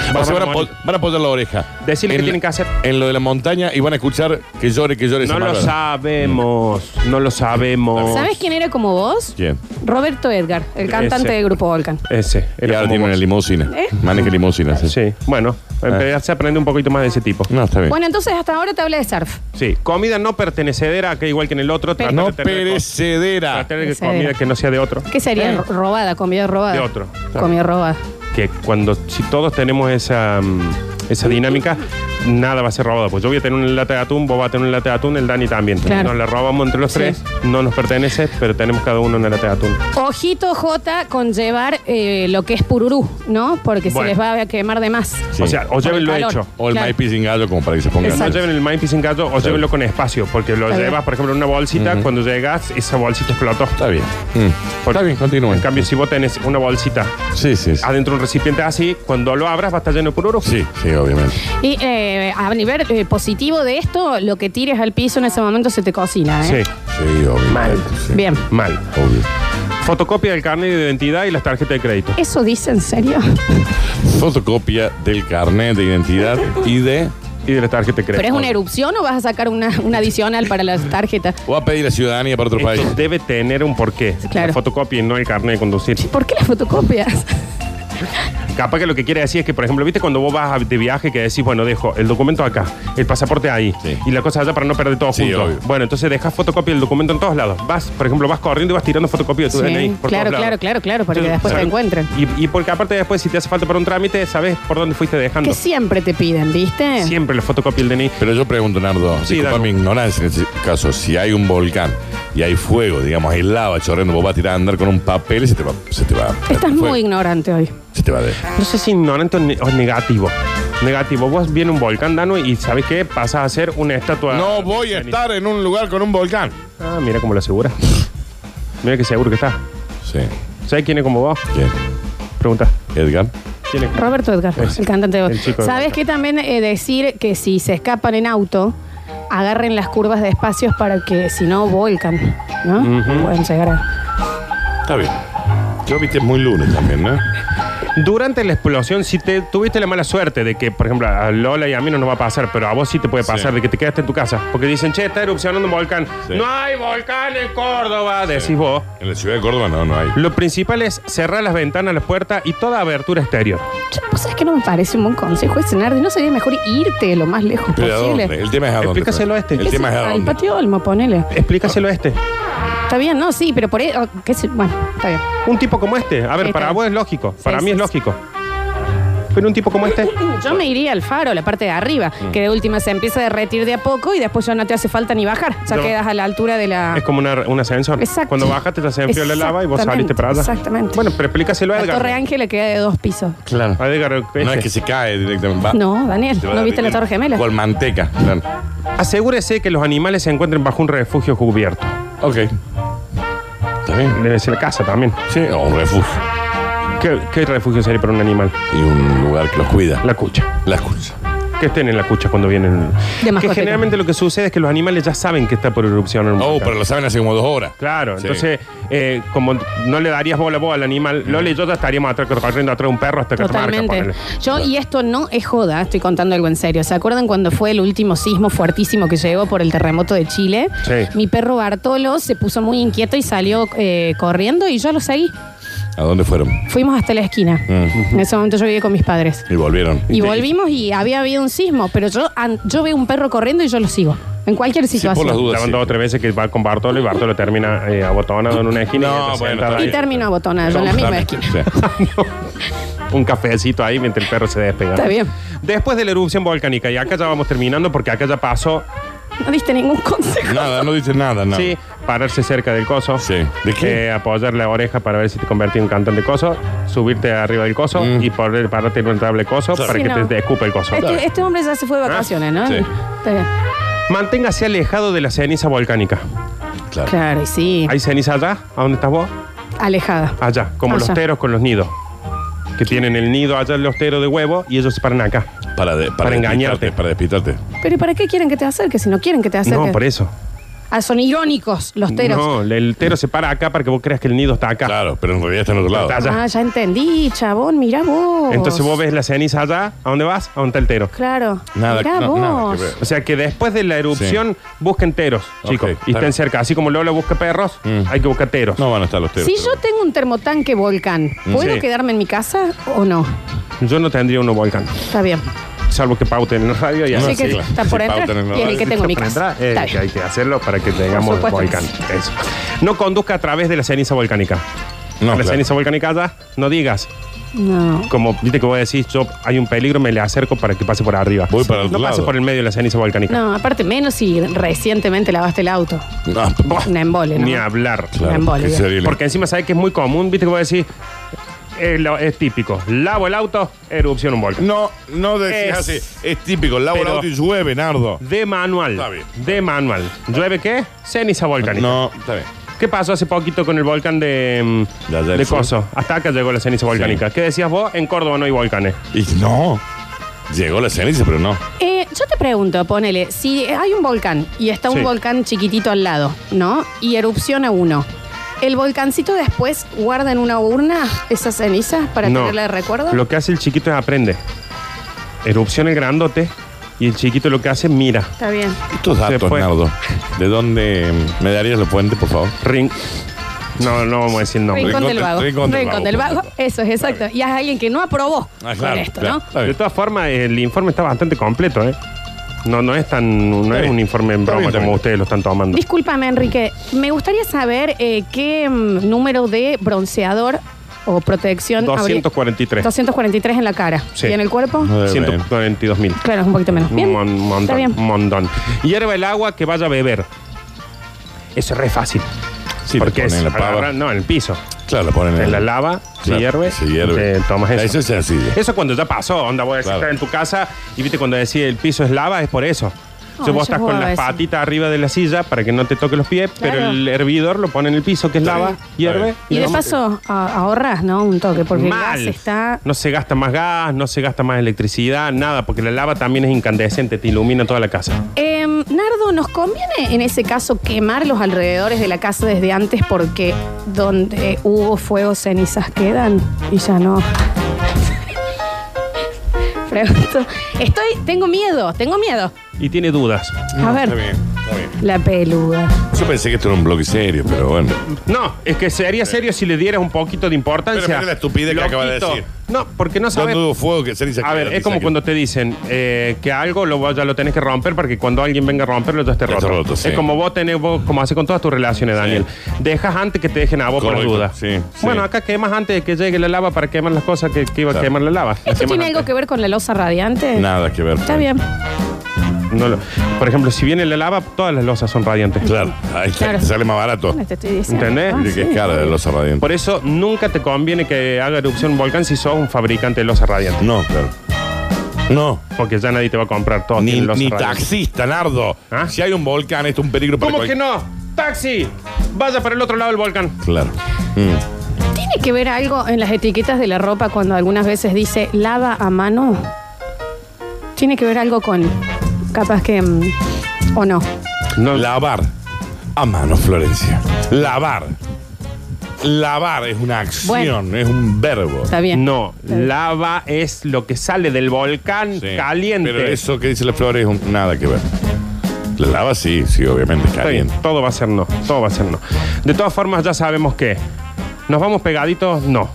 S2: Van
S3: O
S2: a
S3: sea, van, a
S2: morir.
S3: po- van a apoyar la oreja.
S2: Decirle
S3: En
S2: qué
S3: la-
S2: tienen que hacer.
S3: En lo de la montaña y van a escuchar que llore, que llore. esa
S2: No lo
S3: malvada.
S2: sabemos, no lo sabemos.
S1: ¿Sabes quién era como vos?
S3: ¿Quién?
S1: Roberto Edgar, el cantante
S2: Ese.
S1: de Grupo Volcán.
S2: Ese,
S3: Y
S2: era
S3: ahora
S2: como
S3: tiene
S2: vos.
S3: una limusina.
S1: ¿Eh?
S3: Maneja limusina. Sí.
S2: Sí, bueno, empecé a aprender un poquito más de ese tipo.
S3: No, está bien.
S1: Bueno, entonces hasta ahora te hablé de surf.
S2: Sí, comida no pertenecedera, que igual que en el otro, tratar
S3: no
S2: de tener cosas-
S3: perecedera.
S2: tratar de que
S1: Perecedera.
S2: comida que no sea de otro.
S1: ¿Qué sería?
S2: Eh.
S1: Ro- Robada, comida robada.
S2: De otro.
S1: Comida robada.
S2: Que cuando, si todos tenemos esa, mm, esa dinámica, nada va a ser robado. Pues yo voy a tener una lata de atún, vos vas a tener una lata de atún, el Dani también.
S1: Claro.
S2: Nos la robamos entre los
S1: Sí.
S2: tres, no nos pertenece, pero tenemos cada uno una lata de atún.
S1: Ojito J con llevar eh, lo que es pururú, ¿no? Porque
S2: Bueno.
S1: se les va a quemar de más.
S3: Sí.
S2: O sea, o
S1: Por
S2: lleven
S1: el
S2: lo
S1: calor.
S2: hecho.
S3: O el
S1: Claro.
S3: maíz sin gallo como para que se pongan.
S2: No
S1: Exacto.
S2: lleven el maíz sin gallo o llévenlo con espacio, porque lo
S1: Está bien.
S2: llevas, por ejemplo, en una bolsita, cuando llegas, esa bolsita explotó.
S3: Está bien. Mm.
S2: Porque-
S3: Está bien, continúen.
S2: En cambio, si vos tenés una bolsita
S3: Sí, sí, sí.
S2: adentro de un recipiente así, cuando lo abras va a estar lleno de pururu.
S3: Sí, sí, obviamente.
S1: Y eh, a nivel eh, positivo de esto, lo que tires al piso en ese momento se te cocina,
S2: Sí,
S1: ¿eh?
S3: Sí, obviamente.
S2: Mal.
S3: Sí.
S1: Bien.
S2: mal.
S3: Obvio.
S2: Fotocopia del carnet de identidad y las tarjetas de crédito.
S1: ¿Eso dice en serio?
S3: Fotocopia del carnet de identidad y de.
S2: Y de las tarjetas de crédito.
S1: ¿Pero es una erupción o vas a sacar una, una adicional para las tarjetas?
S3: O a pedir la ciudadanía para otro país.
S2: Esto debe tener un porqué.
S1: Claro.
S2: La fotocopia y no el carnet de conducir.
S1: ¿Por qué las fotocopias?
S2: Capaz que lo que quiere decir es que, por ejemplo, viste cuando vos vas a- de viaje que decís, bueno, dejo el documento acá, el pasaporte ahí
S3: Sí.
S2: y la cosa allá para no perder todo
S3: Sí,
S2: junto.
S3: obvio.
S2: Bueno, entonces dejas fotocopia del documento en todos lados. Vas, por ejemplo, vas corriendo y vas tirando fotocopia de tu
S1: Sí,
S2: DNI. Por
S1: claro,
S2: todos lados.
S1: claro, claro, claro, para que
S2: Entonces,
S1: después te
S2: ¿sabes?
S1: encuentren.
S2: Y, y porque aparte después, si te hace falta para un trámite, sabes por dónde fuiste dejando.
S1: Que siempre te piden, ¿viste?
S2: Siempre la fotocopia del DNI.
S3: Pero yo pregunto, Nardo,
S2: Sí,
S3: disculpa
S2: Danu.
S3: mi ignorancia en este caso, si hay un volcán y hay fuego, digamos, hay lava chorreando, vos vas a tirar a andar con un papel y se te va. Se te va
S1: Estás
S3: fue-
S1: muy ignorante hoy.
S3: Se te va de.
S2: No sé si ignorante o ne- o negativo. Negativo. Vos viene un volcán, Dano, y ¿sabes qué? Pasas a ser una estatua.
S3: No voy a estar en un lugar con un volcán.
S2: Ah, mira cómo lo asegura. Mira que seguro que está.
S3: Sí.
S2: ¿Sabes quién es como vos?
S3: ¿Quién?
S2: Pregunta.
S3: Edgar.
S2: ¿Quién es?
S1: Roberto Edgar,
S2: Ese.
S1: el cantante de
S2: El chico de
S1: ¿Sabes
S2: Boca.
S1: qué también eh, decir que si se escapan en auto, agarren las curvas de espacios para que si no volcan, ¿no?
S2: Ujú.
S1: Pueden llegar a...
S3: Está bien. Yo viste muy lunes también, ¿no?
S2: Durante la explosión, si te tuviste la mala suerte de que, por ejemplo, a Lola y a mí no nos va a pasar, pero a vos sí te puede pasar
S3: Sí.
S2: de que te quedaste en tu casa. Porque dicen, che, está erupcionando un volcán.
S3: Sí.
S2: No hay volcán en Córdoba, decís vos.
S3: En la ciudad de Córdoba no, no hay.
S2: Lo principal es cerrar las ventanas, las puertas y toda abertura exterior.
S1: Yo, ¿vos sabés que no me parece un buen consejo ese, Nardi? ¿No sería mejor irte lo más lejos
S3: Pero ¿a
S1: posible?
S3: dónde? El tema es a dónde.
S2: Explícaselo
S3: Fran.
S2: a este.
S3: El
S1: ¿Qué
S3: tema es
S1: sé?
S3: a
S1: Al
S3: dónde.
S1: patio Olmo, ponele.
S2: Explícaselo a este.
S1: Está bien, no, sí, pero por eso... oh, qué sé- bueno, está bien.
S2: Un tipo como este. A ver, para vos es lógico. Para
S1: Sí,
S2: mí
S1: sí,
S2: es
S1: sí.
S2: lógico. Pero un tipo como este.
S1: Yo me iría al faro, la parte de arriba,
S2: Mm.
S1: que de última se empieza a derretir de a poco y después ya no te hace falta ni bajar. Ya
S2: No.
S1: quedas a la altura de la...
S2: Es como una, un ascensor.
S1: Ah. Exacto.
S2: Cuando bajaste, te hacen frío la lava y vos
S1: Exactamente,
S2: saliste para allá.
S1: exactamente.
S2: Bueno, pero explícaselo a
S1: La Torre
S2: Edgar.
S1: Ángela queda de dos pisos.
S3: Claro.
S2: A Edgar,
S3: No
S2: este.
S3: es que se cae directamente. va.
S1: No, Daniel,
S3: Se va
S1: ¿no
S3: a
S1: viste la
S3: derretir.
S1: Torre Gemela?
S3: Con manteca. Claro.
S2: Asegúrese que los animales se encuentren bajo un refugio cubierto.
S3: Ok. Está bien.
S2: Debe ser casa también.
S3: Sí, o un refugio.
S2: ¿Qué, qué refugio sería para un animal?
S3: Y un lugar que los cuida.
S2: La cucha.
S3: La excusa.
S2: Que estén en la cucha cuando vienen.
S1: De
S2: que
S1: mascota.
S2: generalmente lo que sucede es que los animales ya saben que está por erupción. en un
S3: Oh,
S2: volcán.
S3: pero lo saben hace como dos horas.
S2: Claro,
S3: Sí.
S2: entonces, eh, como no le darías bola a bola al animal, Lola y yo ya estaríamos atrás, corriendo atrás de un perro hasta que te marca.
S1: Totalmente.
S2: ponele.
S1: Yo, y esto no es joda, estoy contando algo en serio. ¿Se acuerdan cuando fue el último sismo fuertísimo que llegó por el terremoto de Chile?
S2: Sí.
S1: Mi perro Bartolo se puso muy inquieto y salió eh, corriendo y yo lo seguí.
S3: ¿A dónde fueron? Mm.
S1: Fuimos hasta la esquina. En ese momento yo vivía con mis padres.
S3: Y volvieron.
S1: Y
S3: te-
S1: volvimos y había habido un sismo, pero yo, an- yo veo un perro corriendo y yo lo sigo. En cualquier situación.
S3: las dudas.
S2: Estaban
S3: sí.
S2: dos o tres veces que va con Bartolo y Bartolo termina eh, abotonado en una esquina.
S3: No,
S2: y ella
S3: bueno,
S2: sentada
S3: está
S1: y
S2: ahí.
S3: bien.
S1: termino abotonada yo en la
S3: Vamos,
S1: misma
S3: dame.
S1: esquina.
S3: Sí.
S2: Ah, un cafecito ahí mientras el perro se despega.
S1: Está bien.
S2: Después de la erupción volcánica, y acá ya vamos terminando porque acá ya pasó,
S1: No diste ningún consejo.
S3: Nada, no dice nada, nada.
S2: sí, pararse cerca del coso.
S3: Sí. ¿De qué?
S2: eh, apoyar la oreja para ver si te convertís en un cantante de coso, subirte arriba del coso
S3: Mm.
S2: y poder pararte en un tabla de coso
S3: Claro.
S2: para
S1: Sí,
S2: que
S1: no.
S2: te, te escupe el coso.
S1: Este, este hombre ya se
S2: ¿Eh?
S1: fue de vacaciones, ¿no?
S3: Sí.
S1: Está bien.
S2: Manténgase alejado de la ceniza volcánica.
S3: Claro.
S1: Claro, y sí.
S2: ¿Hay Ah. ceniza allá? ¿A dónde estás vos?
S1: Alejada.
S2: Allá, como
S1: Allá.
S2: los teros con los nidos. Que tienen el nido allá, los teros de huevo, y ellos se paran acá.
S3: Para, de-
S2: Para engañarte.
S3: despistarte, Para despistarte.
S1: Pero ¿y para qué quieren que te acerques si no quieren que te acerques?
S2: No, por eso.
S1: Ah, son irónicos los teros.
S2: No, el tero se para acá para que vos creas que el nido está acá.
S3: Claro, pero en realidad está en otro lado.
S2: Está allá.
S1: Ah, ya entendí, chabón, mirá vos.
S2: Entonces vos ves la ceniza allá, ¿a dónde vas? ¿A dónde está el tero?
S1: Claro.
S3: Nada,
S1: mirá
S3: no,
S1: vos.
S3: nada que ver.
S2: O sea que después de la erupción, busquen teros,
S3: Ok,
S2: chicos.
S3: está
S2: y estén
S3: bien. Mm.
S2: cerca. Así como Lola busca perros, hay que buscar teros.
S3: No van a estar los teros.
S1: Si
S3: pero-
S1: yo tengo un termotanque volcán, ¿puedo
S2: Mm, Sí.
S1: quedarme en mi casa o no?
S2: Yo no tendría uno volcán.
S1: Está bien.
S2: Salvo que pauten en la radio y
S1: Así
S2: así.
S1: que
S3: claro.
S1: está por
S3: Sí,
S1: entrar
S3: pautan en la
S1: y el
S3: radio.
S1: que tengo en mi casa.
S2: Eh,
S1: Está
S2: que hay
S1: bien.
S2: que hacerlo para que tengamos
S1: supuesto que
S2: volcán.
S1: sí.
S2: Eso. No conduzca a través de la ceniza volcánica.
S3: No,
S2: la
S3: claro.
S2: ceniza volcánica allá, no digas.
S1: No.
S2: Como viste que vos decís, yo hay un peligro, me le acerco para que pase por arriba.
S3: Voy para el
S2: no
S3: otro
S2: pase
S3: lado.
S2: por el medio de la ceniza volcánica.
S1: No, aparte menos si recientemente lavaste el auto.
S3: No, buah,
S1: Una embole, ¿no?
S2: Ni hablar.
S1: La
S3: claro,
S1: embolia.
S3: qué serio.
S2: Porque encima sabes que es muy común, viste que vos decís, eh, lo- es típico. Lavo el auto, erupción un volcán.
S3: No, no decís
S2: Es-
S3: así. Es típico. Lavo el
S2: Pero-
S3: auto y llueve, Nardo.
S2: De manual.
S3: Está bien.
S2: De manual. ¿Llueve qué? Ceniza volcánica.
S3: No, está bien.
S2: ¿Qué pasó hace poquito con el volcán de, mm,
S3: De allá
S2: de
S3: del sur.
S2: Coso? Hasta acá llegó la ceniza volcánica. ¿Qué decías vos? En Córdoba no hay volcanes.
S3: Y no. Llegó la ceniza, pero no.
S1: Eh, yo te pregunto, ponele, si hay un volcán y está
S2: Sí.
S1: un volcán chiquitito al lado, ¿no? Y erupciona uno. ¿El volcancito después guarda en una urna esas cenizas para
S2: no.
S1: tenerla de recuerdo?
S2: Lo que hace el chiquito es aprende. Erupción el grandote y el chiquito lo que hace mira.
S1: Está bien.
S3: Estos
S2: Se
S3: datos,
S2: fue.
S3: Nardo. ¿De dónde mm, me darías los puentes, por favor?
S2: Ring. No, no vamos a decir nombre.
S1: Rincón
S3: Rincón
S1: del
S3: del-
S1: Vago.
S3: Rincón del Vago, por ejemplo.
S1: Eso es exacto. Y es alguien que no aprobó
S3: Ah,
S1: con
S3: claro,
S1: esto,
S3: claro.
S1: ¿no?
S3: Está bien.
S2: De todas formas, el informe está bastante completo, ¿eh? No, no es tan, no
S3: Está
S2: es
S3: bien.
S2: un informe en
S3: Está
S2: broma
S3: bien, está
S2: como
S3: bien.
S2: ustedes lo están tomando.
S1: Discúlpame, Enrique. Me gustaría saber eh, qué mm, número de bronceador o protección habría-
S2: 243.
S1: 243 en la cara.
S2: Sí.
S1: ¿Y en el cuerpo?
S3: No debe haber.
S2: 142 Eh, mil.
S1: Claro, es un poquito menos. Bien.
S2: Un mon-
S1: Está
S2: montón,
S1: bien.
S2: un montón. Hierva el agua que vaya a beber. Eso es re fácil.
S3: Sí,
S2: porque
S3: la
S2: es
S3: ponen en la pava.
S2: agarrar- no, en el piso.
S3: Claro, la ponen
S2: En la lava, se
S3: Claro,
S2: hierve.
S3: Se hierve.
S2: te tomas eso.
S3: Eso es ¿eh? sencillo.
S2: Eso cuando ya pasó, onda, vos decís,
S3: Claro.
S2: estás en tu casa y viste cuando decís el piso es lava, es por eso. Entonces
S1: yo
S2: vos estás con
S1: jugaba
S2: las
S1: eso.
S2: patitas arriba de la silla para que no te toque los pies, pero
S1: Claro.
S2: el hervidor lo pone en el piso, que es
S3: Está
S2: lava,
S3: bien, está
S2: hierve.
S3: bien.
S1: Y de
S2: vamos-
S1: paso a- ahorras, ¿no? Un toque, porque
S2: Mal.
S1: el gas está.
S2: No se gasta más gas, no se gasta más electricidad, nada, porque la lava también es incandescente, te ilumina toda la casa.
S1: Em, Nardo, ¿nos conviene en ese caso quemar los alrededores de la casa desde antes porque donde hubo fuego cenizas quedan y ya no? Pregunto. Estoy, tengo miedo, tengo miedo.
S2: Y tiene dudas.
S1: A ver,
S3: Está bien, está bien.
S1: la peluda.
S3: Yo pensé que esto era un bloque serio, pero bueno.
S2: No, es que sería serio si le dieras un poquito de importancia.
S3: Pero mira la estupidez que acaba de
S2: Loquito.
S3: decir.
S2: No, porque no sabes.
S3: No dudo fuego que se dice
S2: A ver, es como cuando te dicen eh, que algo lo, ya lo tenés que romper para que cuando alguien venga a romperlo ya esté
S3: Ya
S2: roto.
S3: está roto, sí.
S2: Es como vos tenés, vos- como haces con todas tus relaciones, Daniel. Dejas antes que te dejen a vos
S3: Correcto,
S2: por duda.
S3: sí, sí.
S2: Bueno, acá quemas antes de que llegue la lava para quemar las cosas que, que iba a
S3: Claro.
S2: quemar la lava. Las
S1: ¿Esto
S2: quemas
S1: tiene algo
S2: antes.
S1: que ver con la losa radiante?
S3: Nada que ver.
S1: Eh, Está bien.
S2: No lo- por ejemplo, si viene la lava, todas las losas son radiantes.
S3: Claro, ahí está,
S1: Claro.
S3: te sale más barato.
S1: Te estoy diciendo.
S2: ¿Entendés?
S1: Ah,
S3: Mire que
S1: sí.
S3: es cara de los radiantes.
S2: Por eso nunca te conviene que haga erupción un volcán si sos un fabricante de losas radiantes.
S3: No, claro. No.
S2: Porque ya nadie te va a comprar todo.
S3: Ni, ni taxista, Nardo.
S2: ¿Ah?
S3: Si hay un volcán, esto es un peligro para
S2: ¿Cómo que
S3: cualquier-
S2: no? ¡Taxi! Vaya para el otro lado del volcán.
S3: Claro. Mm.
S1: ¿Tiene que ver algo en las etiquetas de la ropa cuando algunas veces dice lava a mano? ¿Tiene que ver algo con capaz que... mm, o no?
S2: No,
S3: Lavar a mano, Florencia. Lavar. Lavar es una acción, es un verbo.
S1: Está bien.
S2: no, lava es lo que sale del volcán
S3: Sí.
S2: caliente.
S3: Pero eso que dice la flor es un- nada que ver. La lava sí, sí, obviamente,
S2: Está bien,
S3: caliente.
S2: todo va a ser no, todo va a ser no. De todas formas, ya sabemos que nos vamos pegaditos, no.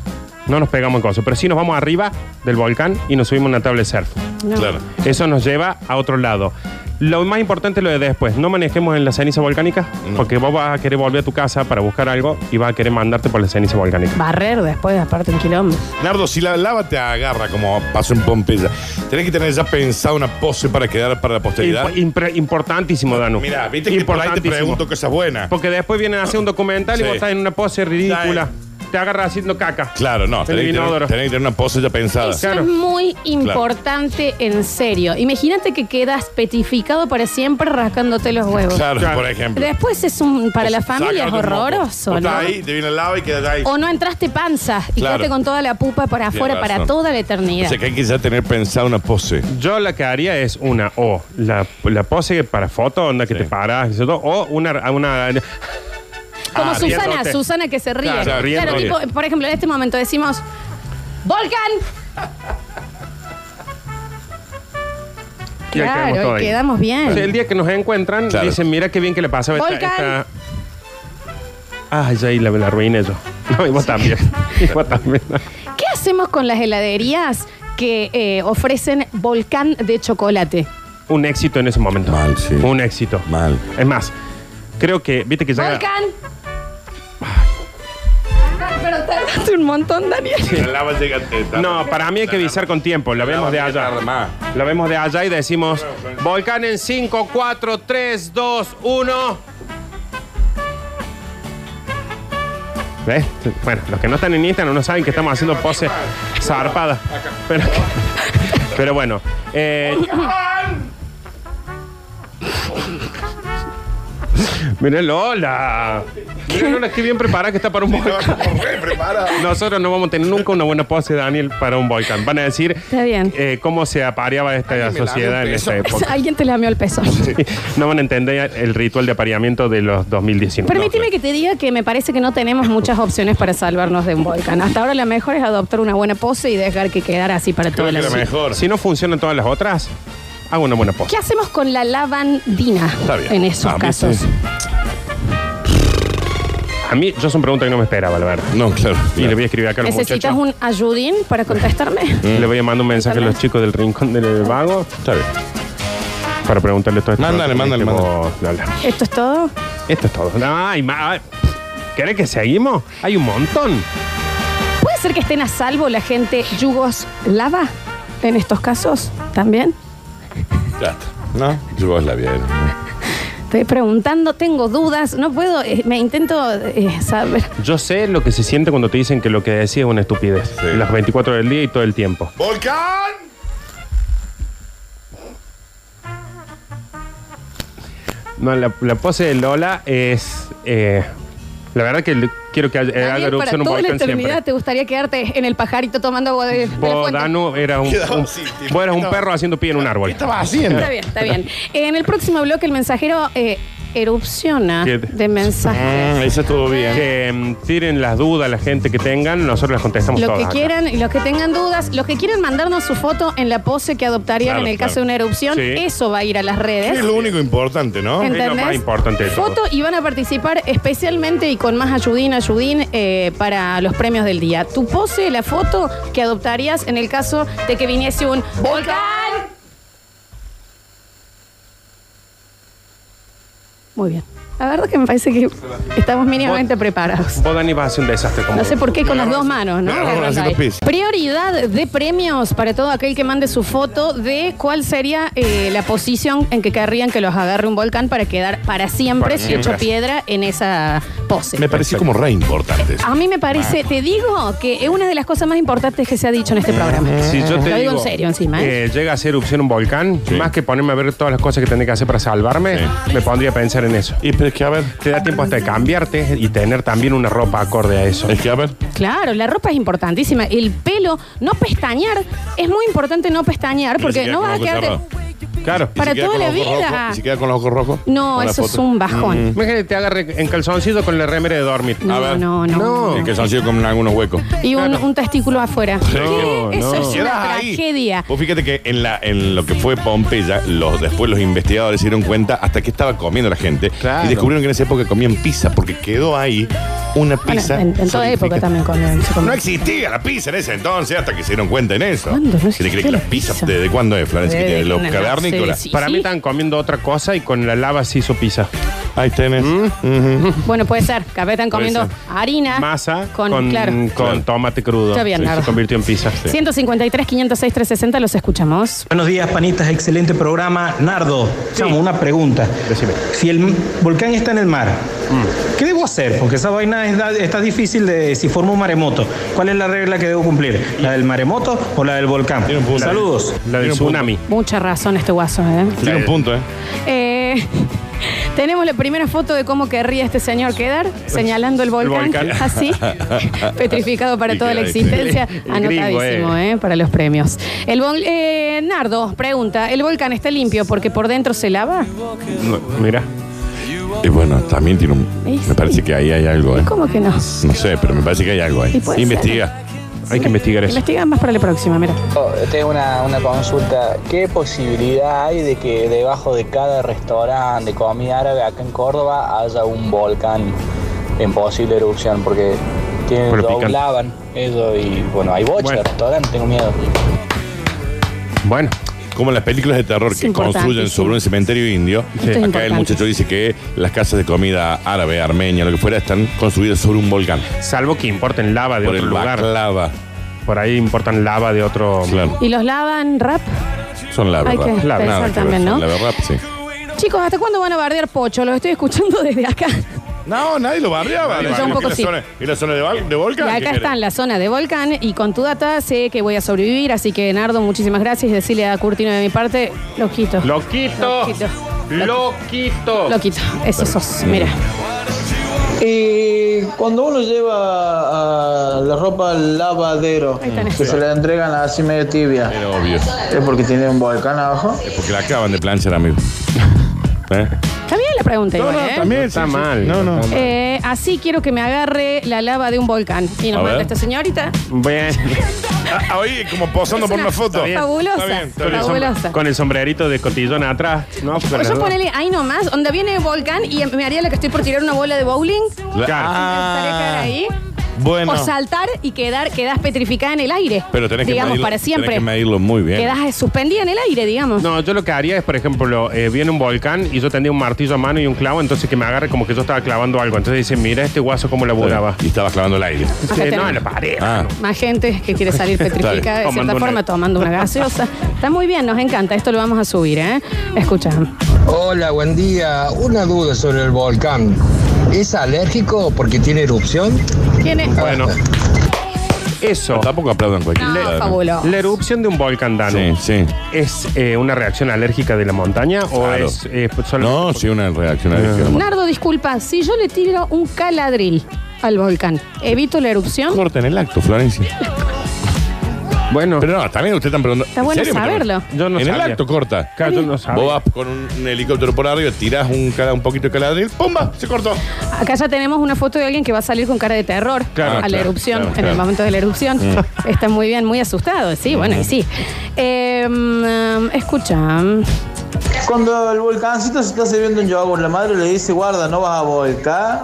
S2: No nos pegamos en cosas, pero sí nos vamos arriba del volcán y nos subimos a una tabla de surf.
S1: No.
S3: Claro.
S2: Eso nos lleva a otro lado. Lo más importante es lo de después. No manejemos en la ceniza volcánica,
S3: No.
S2: porque vos vas a querer volver a tu casa para buscar algo y vas a querer mandarte por la ceniza volcánica.
S1: Barrer después, aparte un quilombo.
S3: Nardo, si la lava te agarra como pasó en Pompeya, tenés que tener ya pensado una pose para quedar para la posteridad.
S2: Imp- impre- importantísimo, Danu.
S3: Mira, viste que por ahí te
S2: Importantísimo.
S3: pregunto cosas buenas.
S2: Porque después vienen a hacer un documental y
S3: Sí.
S2: vos estás en una pose ridícula.
S3: Está
S2: Te agarras haciendo caca.
S3: Claro, no,
S2: El
S3: tenés que, tener,
S2: inodoro.
S3: tenés que tener una pose ya pensada.
S1: Eso
S2: Claro.
S1: es muy importante, en serio. Imagínate que quedas petificado para siempre rascándote los huevos.
S3: Claro,
S2: Claro.
S3: por ejemplo.
S1: Después es un... Para la
S3: Saca
S1: familia es
S3: otro moco.
S1: horroroso,
S3: Vos
S1: ¿no?
S3: estás ahí, te viene la lava y quedas ahí.
S1: O no entraste panza y
S3: Claro.
S1: quedaste con toda la pupa para
S3: Tienes
S1: afuera para
S3: razón.
S1: toda la eternidad.
S3: O sea que hay que ya tener pensada una pose.
S2: Yo la que haría es una, o la, la pose para foto, onda que
S3: Sí.
S2: te paras, qué sé yo, o una. una
S1: Como
S3: Ah,
S1: Susana,
S2: riéndote.
S1: Susana que se ríe.
S2: Claro,
S1: Claro,
S2: riéndote.
S1: tipo, por ejemplo, en este momento decimos, ¡Volcan!
S2: y ahí quedamos
S1: Claro,
S2: todo
S1: y
S2: ahí.
S1: quedamos bien.
S2: O sea, el día que nos encuentran,
S3: Mm. Claro.
S2: dicen, mira qué bien que le pasaba esta.
S1: Volcán.
S2: esta... Ay, ya ahí la, la arruiné yo. No, y vos también. Y vos también.
S1: ¿Qué hacemos con las heladerías que eh, ofrecen volcán de chocolate?
S2: Un éxito en ese momento.
S3: Mal, sí.
S2: Un éxito.
S3: Mal.
S2: Es más, creo que, viste que ya.
S1: ¡Volcan! Ah, Pero tardaste un montón, Daniel.
S3: La lava llega eh, tarde.
S2: No, para mí hay que avisar con tiempo. Lo vemos de allá. Lo vemos de allá y decimos: Volcán en 5, 4, 3, 2, 1. ¿Ves? Bueno, los que no están en Instagram no saben que estamos haciendo pose zarpada. Pero, pero bueno. eh, Mirá Lola. Mirá Lola, qué bien preparada que está para un volcán.
S3: Prepara.
S2: Nosotros no vamos a tener nunca una buena pose, Daniel, para un volcán. Van a decir
S1: Está bien.
S2: eh, cómo se apareaba esta
S3: Alguien me lame
S2: sociedad
S3: un
S2: en
S3: peso.
S2: esa época.
S1: Alguien te lamió el peso.
S2: No van a entender el ritual de apareamiento de los 2019.
S1: Permíteme que te diga que me parece que no tenemos muchas opciones para salvarnos de un volcán. Hasta ahora la mejor es adoptar una buena pose y dejar que quedara así para toda
S3: Creo que
S1: la
S3: era
S1: vida.
S3: mejor.
S2: Si no funcionan todas las otras, hago una buena
S1: ¿Qué
S2: pose.
S1: hacemos con la lavandina
S3: Está bien.
S1: en esos
S3: Ah, ¿viste?
S1: casos?
S2: A mí, yo son preguntas que no me esperaba, la verdad.
S3: No, claro.
S2: Y le voy a escribir acá a los
S1: ¿Necesitas
S2: muchachos. Mm.
S1: un ayudín para contestarme?
S2: Le voy a mandar un mensaje a los chicos del rincón del vago
S3: Está bien.
S2: para preguntarle todo esto. Este,
S3: Mándale, mándale,
S1: ¿Esto es todo?
S2: Esto es todo. Ay, ma- ay. ¿Querés que seguimos? Hay un montón.
S1: ¿Puede ser que estén a salvo la gente yugoslava en estos casos también?
S3: Ya está. No, yo la bien.
S1: Estoy preguntando, tengo dudas, no puedo, eh, me intento eh, saber.
S2: Yo sé lo que se siente cuando te dicen que lo que decís es una estupidez.
S3: Sí.
S2: Las 24 del día y todo el tiempo.
S3: ¡Volcán!
S2: No, la, la pose de Lola es. eh, la verdad que le- quiero que haya eh, haya
S1: Daniel, para
S2: erupción en un
S1: toda la
S2: volcán
S1: eternidad
S2: siempre.
S1: te gustaría quedarte en el pajarito tomando agua de, de la
S2: Vos,
S1: fuente.
S2: Danu, era un,
S3: Quedaba
S2: un-
S3: así, tipo,
S2: vos eras un
S3: no.
S2: perro haciendo pie en un árbol.
S3: estabas haciendo?
S1: Está bien, está bien. En el próximo bloque el mensajero eh, erupciona
S2: ¿Qué?
S1: de mensajes.
S3: Mm, eso estuvo bien.
S2: Que mm, tiren las dudas la gente que tengan, nosotros las contestamos
S1: Lo
S2: todas.
S1: que
S2: acá.
S1: quieran, y los que tengan dudas, los que quieran mandarnos su foto en la pose que adoptarían
S3: Claro,
S1: en el caso de
S3: claro.
S1: una erupción,
S2: Sí.
S1: eso va a ir a las
S3: Sí,
S1: redes.
S3: es lo único importante, ¿no?
S2: Ent-
S1: ¿Entendés?
S2: Es lo más importante de todo.
S1: Foto y van a participar especialmente y con más ayudín, ayudín eh, para los premios del día. Tu pose, la foto que adoptarías en el caso de que viniese un volcán. Muy bien. La verdad que me parece que estamos mínimamente preparados.
S2: Vos, Dani, vas a hacer un desastre como.
S1: No sé por qué con las dos manos, ¿no?
S3: Claro, con las cinco pies.
S1: Prioridad de premios para todo aquel que mande su foto de cuál sería eh, la posición en que querrían que los agarre un volcán para quedar para siempre,
S2: Para
S1: si
S2: siempre.
S1: hecho piedra, en esa pose.
S3: Me pareció como re importante. eso.
S1: A mí me parece, te digo, que es una de las cosas más importantes que se ha dicho en
S3: Eh,
S1: este programa.
S2: Si yo te
S1: Lo digo en serio encima, ¿eh?
S2: que llega a ser erupción un volcán,
S3: Sí.
S2: más que ponerme a ver todas las cosas que tendría que hacer para salvarme,
S3: Sí.
S2: me pondría a pensar en eso.
S3: Y pero es que a ver,
S2: Te da tiempo hasta de cambiarte y tener también una ropa acorde a eso.
S3: es que a ver.
S1: Claro, la ropa es importantísima. El pelo, no pestañear. Es muy importante no pestañear porque
S3: queda
S1: no
S3: con
S1: vas a
S3: los ojos
S1: quedarte.
S3: cerrados.
S2: Claro.
S3: Y
S1: Para
S3: si queda
S1: toda
S3: con
S1: la
S3: los ojos
S1: vida.
S3: rojos, y si queda con los ojos rojos.
S1: No,
S3: con la
S1: eso es
S3: foto. Mm.
S1: un bajón.
S2: Imagínate, te agarre en calzoncito con la remera de dormir.
S1: No,
S3: A ver.
S1: no, no,
S2: No.
S1: no.
S3: Y que se han sido con algunos huecos.
S1: Y un, un testículo afuera.
S2: No,
S1: ¿Qué? Eso
S2: no.
S1: es una
S3: Quedás ahí.
S1: tragedia.
S3: Vos fíjate que en, la, en lo que fue Pompeya, los, después los investigadores se dieron cuenta hasta que estaba comiendo la gente.
S2: Claro.
S3: Y descubrieron que en esa época comían pizza, porque quedó ahí una
S1: Bueno,
S3: pizza.
S1: en, en toda
S3: solidificada.
S1: época también con se
S3: No
S1: come.
S3: existía la pizza en ese entonces hasta que se dieron cuenta en eso.
S1: ¿Cuándo no
S3: ¿Te
S1: existía
S3: crees que
S1: la
S3: la pizza?
S1: pizza?
S3: ¿Desde cuándo es, Florencia? que
S1: Desde
S3: tiene los
S1: que-
S3: cavernícolas.
S1: sí, sí.
S2: Para mí están comiendo otra cosa y con la lava se hizo pizza.
S3: Ahí tenés.
S1: Bueno, puede ser. Capaz están
S3: Puede
S1: comiendo
S3: ser.
S1: harina.
S2: Masa con,
S1: Ah, claro.
S2: con
S3: Claro.
S2: tomate crudo.
S1: Está bien,
S2: Sí,
S1: claro.
S2: Se convirtió en pizza.
S1: 153, 506, 360, los escuchamos.
S4: Buenos días, panitas, excelente programa. Nardo, chamo, una pregunta.
S2: Decime.
S4: Si el m- volcán está en el mar,
S3: Mm.
S4: ¿qué debo hacer? Porque esa vaina es da- está difícil de si forma un maremoto. ¿Cuál es la regla que debo cumplir? ¿La del maremoto o la del volcán?
S3: Tiene un punto.
S4: Saludos.
S2: La del
S3: Tiene un punto.
S2: tsunami.
S1: Mucha razón este guaso, ¿eh?
S3: Tiene un punto, ¿eh?
S1: Eh, tenemos la primera foto de cómo querría este señor quedar, señalando el volcán,
S2: volcán.
S1: así, petrificado para
S3: Y
S1: toda la
S3: queda ahí.
S1: existencia,
S2: El gringo,
S1: anotadísimo eh, para los premios. El vol- eh, Nardo pregunta, ¿el volcán está limpio porque por dentro se lava?
S2: No, mira.
S3: Y bueno, también tiene un.
S1: Y sí.
S3: Me parece que ahí hay algo, ¿eh?
S1: ¿Cómo que no?
S3: No sé, pero me parece que hay algo
S1: Y
S3: ahí.
S1: puede ser.
S3: Investiga.
S2: Hay que investigar eso.
S1: Investiga más para la próxima, mira.
S5: Oh, tengo una, una consulta. ¿Qué posibilidad hay de que debajo de cada restaurante de comida árabe acá en Córdoba haya un volcán en posible erupción? Porque tienen,
S2: Pero picante.
S5: doblaban eso y bueno, hay bocha
S2: Bueno.
S5: de restaurantes, tengo miedo.
S2: Bueno,
S3: Como las películas de terror
S1: Es
S3: que construyen
S1: importantísimo.
S3: sobre un cementerio indio.
S1: es
S3: Acá el
S1: importante.
S3: muchacho dice que las casas de comida árabe, armenia, lo que fuera, están construidas sobre un volcán.
S2: salvo que importen lava de
S3: Por
S2: otro
S3: el
S2: lugar.
S3: lava.
S2: Por ahí importan lava de otro.
S3: Claro.
S1: ¿Y los lavan rap?
S3: Son lava.
S1: Hay que
S3: rap.
S1: pensar
S3: Nada que ver,
S1: también,
S3: son
S1: ¿no?
S3: lava rap, sí.
S1: Chicos, ¿hasta cuándo van a bardear Pocho? Los estoy escuchando desde acá.
S3: No, nadie lo barriaba.
S2: Yo
S1: un poco
S3: ¿Y la
S1: sí.
S3: zona, y la zona de, val- de
S1: Y
S3: volcán? ¿Qué
S1: acá
S3: querés?
S1: está en la zona de Volcán y con tu data sé que voy a sobrevivir, así que Nardo, muchísimas gracias y decirle a Curtino de mi parte, loquito.
S2: Loquito.
S1: Loquito.
S2: Loquito.
S1: Loquito, eso sos, mira.
S6: Y cuando uno lleva ah, la ropa al lavadero,
S1: Ahí tenés.
S6: que se la entregan así medio tibia,
S3: Era obvio.
S6: es porque tiene un volcán abajo.
S3: Porque la acaban de planchar, amigo. ¿Eh?
S1: Está bien la pregunta igual, ¿eh?
S2: No está mal.
S3: No, no.
S1: Eh, así quiero que me agarre la lava de un volcán. Y nos
S3: A
S1: manda
S3: ver.
S1: esta señorita.
S2: Bueno,
S3: Ah, oye, como posando
S1: Es
S3: por
S1: una
S3: la foto.
S1: Fabulosa.
S3: Está bien,
S2: con
S3: está
S2: el,
S3: bien.
S2: som-
S1: Fabulosa.
S2: con el sombrerito de cotillón atrás. No,
S1: O
S2: pero
S1: Pues yo
S2: no.
S1: ponele ahí nomás, donde viene el volcán y me haría la que estoy por tirar una bola de bowling.
S3: La- Ah,
S2: Claro.
S1: Intentaré caer ahí.
S3: Bueno.
S1: O saltar y quedar, quedás petrificada en el aire.
S3: Pero tenés que,
S1: digamos,
S3: medirlo,
S1: para siempre.
S3: tenés que medirlo muy bien.
S1: Quedás suspendida en el aire, digamos.
S2: No, yo lo que haría es, por ejemplo, eh, viene un volcán y yo tendría un martillo a mano y un clavo, entonces que me agarre como que yo estaba clavando algo. Entonces dice, mira este guaso cómo laburaba.
S3: Y estabas clavando el aire.
S2: Sí,
S1: tenés.
S2: no, en la pared.
S3: Ah,
S1: Más gente que quiere salir
S3: Está
S1: petrificada de
S2: Tomando
S1: cierta
S2: una-
S1: forma tomando una gaseosa. Está muy bien, nos encanta. Esto lo vamos a subir, ¿eh? Escucha.
S7: Hola, buen día. Una duda sobre el volcán. ¿Es alérgico porque tiene erupción?
S1: Tiene.
S2: Bueno, Eso,
S3: Pero tampoco aplaudan cualquier
S1: No,
S3: cosa,
S1: fabuloso.
S2: la erupción de un volcán, Danu,
S3: Sí, sí.
S2: ¿es eh, una reacción alérgica de la montaña o
S3: Claro.
S2: es eh, solo-
S3: No, sí, una reacción alérgica.
S1: Nardo, disculpa, si yo le tiro un caladril al volcán, ¿evito la erupción?
S3: Corten el acto, Florencia.
S2: Bueno,
S3: Pero no, también usted están preguntando.
S1: Está
S3: ¿en
S1: bueno
S3: serio me están-
S1: saberlo.
S2: yo no
S3: en
S2: sabía.
S3: el acto corta.
S2: Claro, yo no sabía.
S3: Vos vas con un, un helicóptero por arriba, tirás un, cala- un poquito de caladril, ¡pumba! Se cortó.
S1: Acá ya tenemos una foto de alguien que va a salir con cara de terror
S3: Claro,
S1: a la
S3: claro,
S1: erupción,
S3: claro,
S1: en
S3: Mm.
S1: el
S3: claro.
S1: momento de la erupción. Está muy bien, muy asustado. Sí, bueno, y sí. Eh, mm, escucha,
S6: Cuando el volcancito se está sirviendo un yogur, la madre le dice, guarda, no vas a volcar.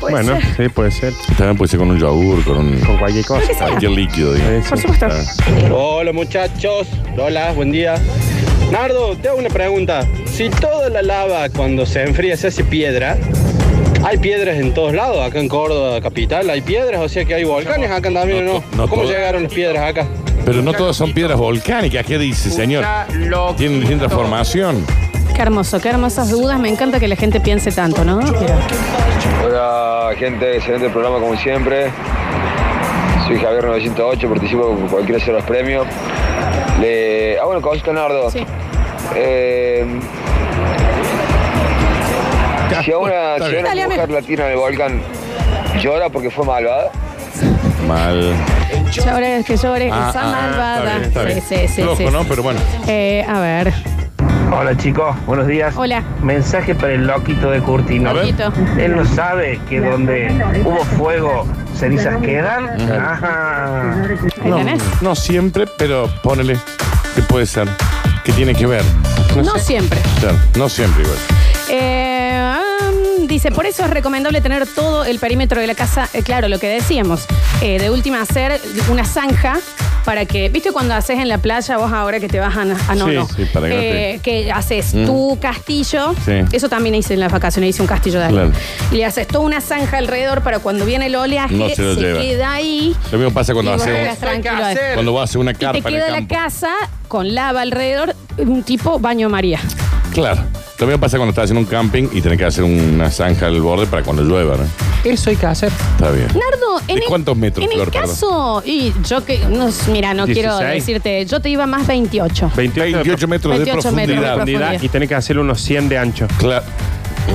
S2: bueno, sí, puede ser.
S3: También puede ser pues, con un yogur, con un.
S2: Con cualquier cosa.
S1: sea.
S3: Cualquier líquido, digamos.
S1: por supuesto.
S8: Hola muchachos, hola, buen día. Nardo, te hago una pregunta. Si toda la lava cuando se enfría se hace piedra, hay piedras en todos lados, acá en Córdoba, capital, hay piedras, o sea que hay volcanes acá también,
S3: No,
S8: ¿o
S3: no
S8: ¿no? ¿Cómo
S3: todo.
S8: llegaron las piedras acá?
S3: Pero no todas son piedras volcánicas. ¿Qué dice, señor? Tienen distinta formación.
S1: Qué hermoso, qué hermosas dudas. Me encanta que la gente piense tanto, ¿no? Mira.
S9: Hola Ah, gente, excelente programa como siempre. Soy Javier 908, participo con cualquiera de los premios. Le... Ah, bueno, con Nardo.
S1: Sí.
S9: Eh, si a una,
S3: Está
S9: si a
S3: bien.
S9: una
S1: Dale, a ver.
S9: mujer latina en el volcán llora porque fue ¿eh? malvada,
S3: Mal.
S1: Llores, que llores,
S3: Ah,
S1: esa
S3: ah,
S1: malvada.
S3: está bien, está
S1: Sí, sí,
S3: bien.
S1: sí,
S3: Flojo,
S1: sí.
S3: ¿no? Pero bueno.
S1: Eh, a ver,
S10: Hola chicos, buenos días.
S1: hola.
S10: Mensaje para el loquito de Curtino.
S3: A ver.
S1: Marquito.
S10: Él no sabe que donde hubo fuego, cenizas quedan. Ajá.
S1: Ahí
S3: No,
S1: tenés.
S3: no siempre, pero ponele que puede ser. Que tiene que ver.
S1: No, siempre.
S3: Claro, no siempre igual.
S1: Eh, am, dice, por eso es recomendable tener todo el perímetro de la casa, eh, claro, lo que decíamos, eh, de última hacer una zanja para que, viste cuando haces en la playa vos ahora que te vas a, a no,
S3: Sí,
S1: no,
S3: sí, para que no Mm.
S1: Eh, que haces tu castillo,
S3: Sí.
S1: eso también hice en las vacaciones, hice un castillo de ahí.
S3: Claro.
S1: Y le haces toda una zanja alrededor para cuando viene el oleaje,
S3: No se lo lleva.
S1: queda ahí.
S3: Lo mismo pasa
S1: y
S3: cuando
S1: vos
S3: hace
S1: estás
S3: un-
S1: tranquilo ahí.
S3: cuando vas a hacer una
S1: Y
S3: carpa
S1: te queda
S3: en
S1: la
S3: el campo.
S1: casa con lava alrededor, un tipo baño María.
S3: Claro. Lo mismo pasa cuando estás haciendo un camping y tenés que hacer una zanja al borde para cuando llueva, ¿no?
S2: Eso hay que hacer.
S3: Está bien.
S1: Nardo,
S3: ¿De cuántos metros,
S1: en el
S3: Flor, perdón?
S1: caso, y yo que, no, mira, no
S2: 16.
S1: quiero decirte, yo te iba más 28.
S2: 28,
S3: 28 metros
S1: 28
S3: de
S1: metros de
S3: profundidad.
S1: profundidad.
S2: y tenés que hacer unos 100 de ancho.
S3: Cla-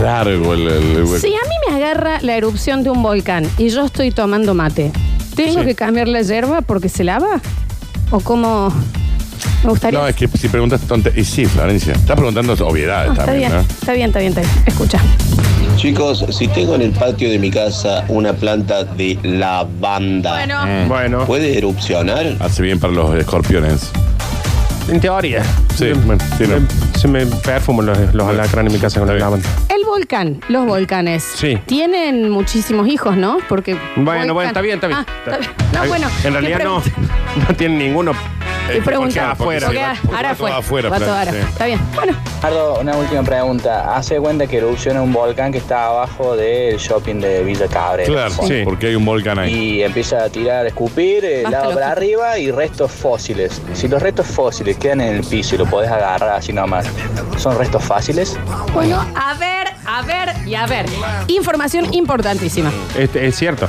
S3: largo el, el- el hueco.
S1: Si a mí me agarra la erupción de un volcán y yo estoy tomando mate, ¿tengo
S3: Sí.
S1: que cambiar la hierba porque se lava? ¿O cómo? Me gustaría.
S3: No, es que si preguntas tonta. Y sí, Florencia. Estás preguntando obviedades
S1: No, Ah, está,
S3: también,
S1: bien,
S3: ¿no?
S1: está bien, está bien, está bien. Escucha.
S8: Chicos, si tengo en el patio de mi casa una planta de lavanda,
S1: Bueno,
S3: Eh.
S9: Eh.
S2: Bueno,
S9: Pues-
S8: ¿puede erupcionar?
S3: Hace bien para los escorpiones.
S2: en teoría.
S3: Sí,
S2: Se-
S3: bueno, sí, no.
S2: se, se me perfumo los, los alacranes en mi casa con la
S3: Está bien.
S2: lavanda.
S1: el volcán, los volcanes.
S2: Sí.
S1: Tienen muchísimos hijos, ¿no? Porque.
S2: Bueno, bueno, está bien, está bien.
S1: Ah, No,
S2: Ay,
S1: bueno.
S2: En realidad
S1: ¿qué
S2: no,
S1: pregunta?
S2: no tienen ninguno.
S1: Te
S3: Eh,
S1: preguntaba.
S3: porque-
S2: afuera.
S1: Porque
S3: porque va-
S1: ahora
S3: va todo
S1: afuera.
S3: afuera,
S1: Va todo
S3: Fran,
S1: ahora.
S3: sí.
S1: Está bien. Bueno.
S5: Nardo, una última pregunta. Hace de cuenta que erupciona un volcán que está abajo del shopping de Villa Cabrera.
S3: Claro,
S2: Sí.
S3: porque hay un volcán ahí.
S5: y empieza a tirar, a escupir, eh,
S1: Basta,
S5: lava
S1: loco.
S5: para arriba y restos fósiles. Si los restos fósiles quedan en el piso y lo podés agarrar así nomás, ¿son restos fáciles?
S1: Bueno, a ver, a ver y a ver. Información importantísima.
S2: Este, es cierto.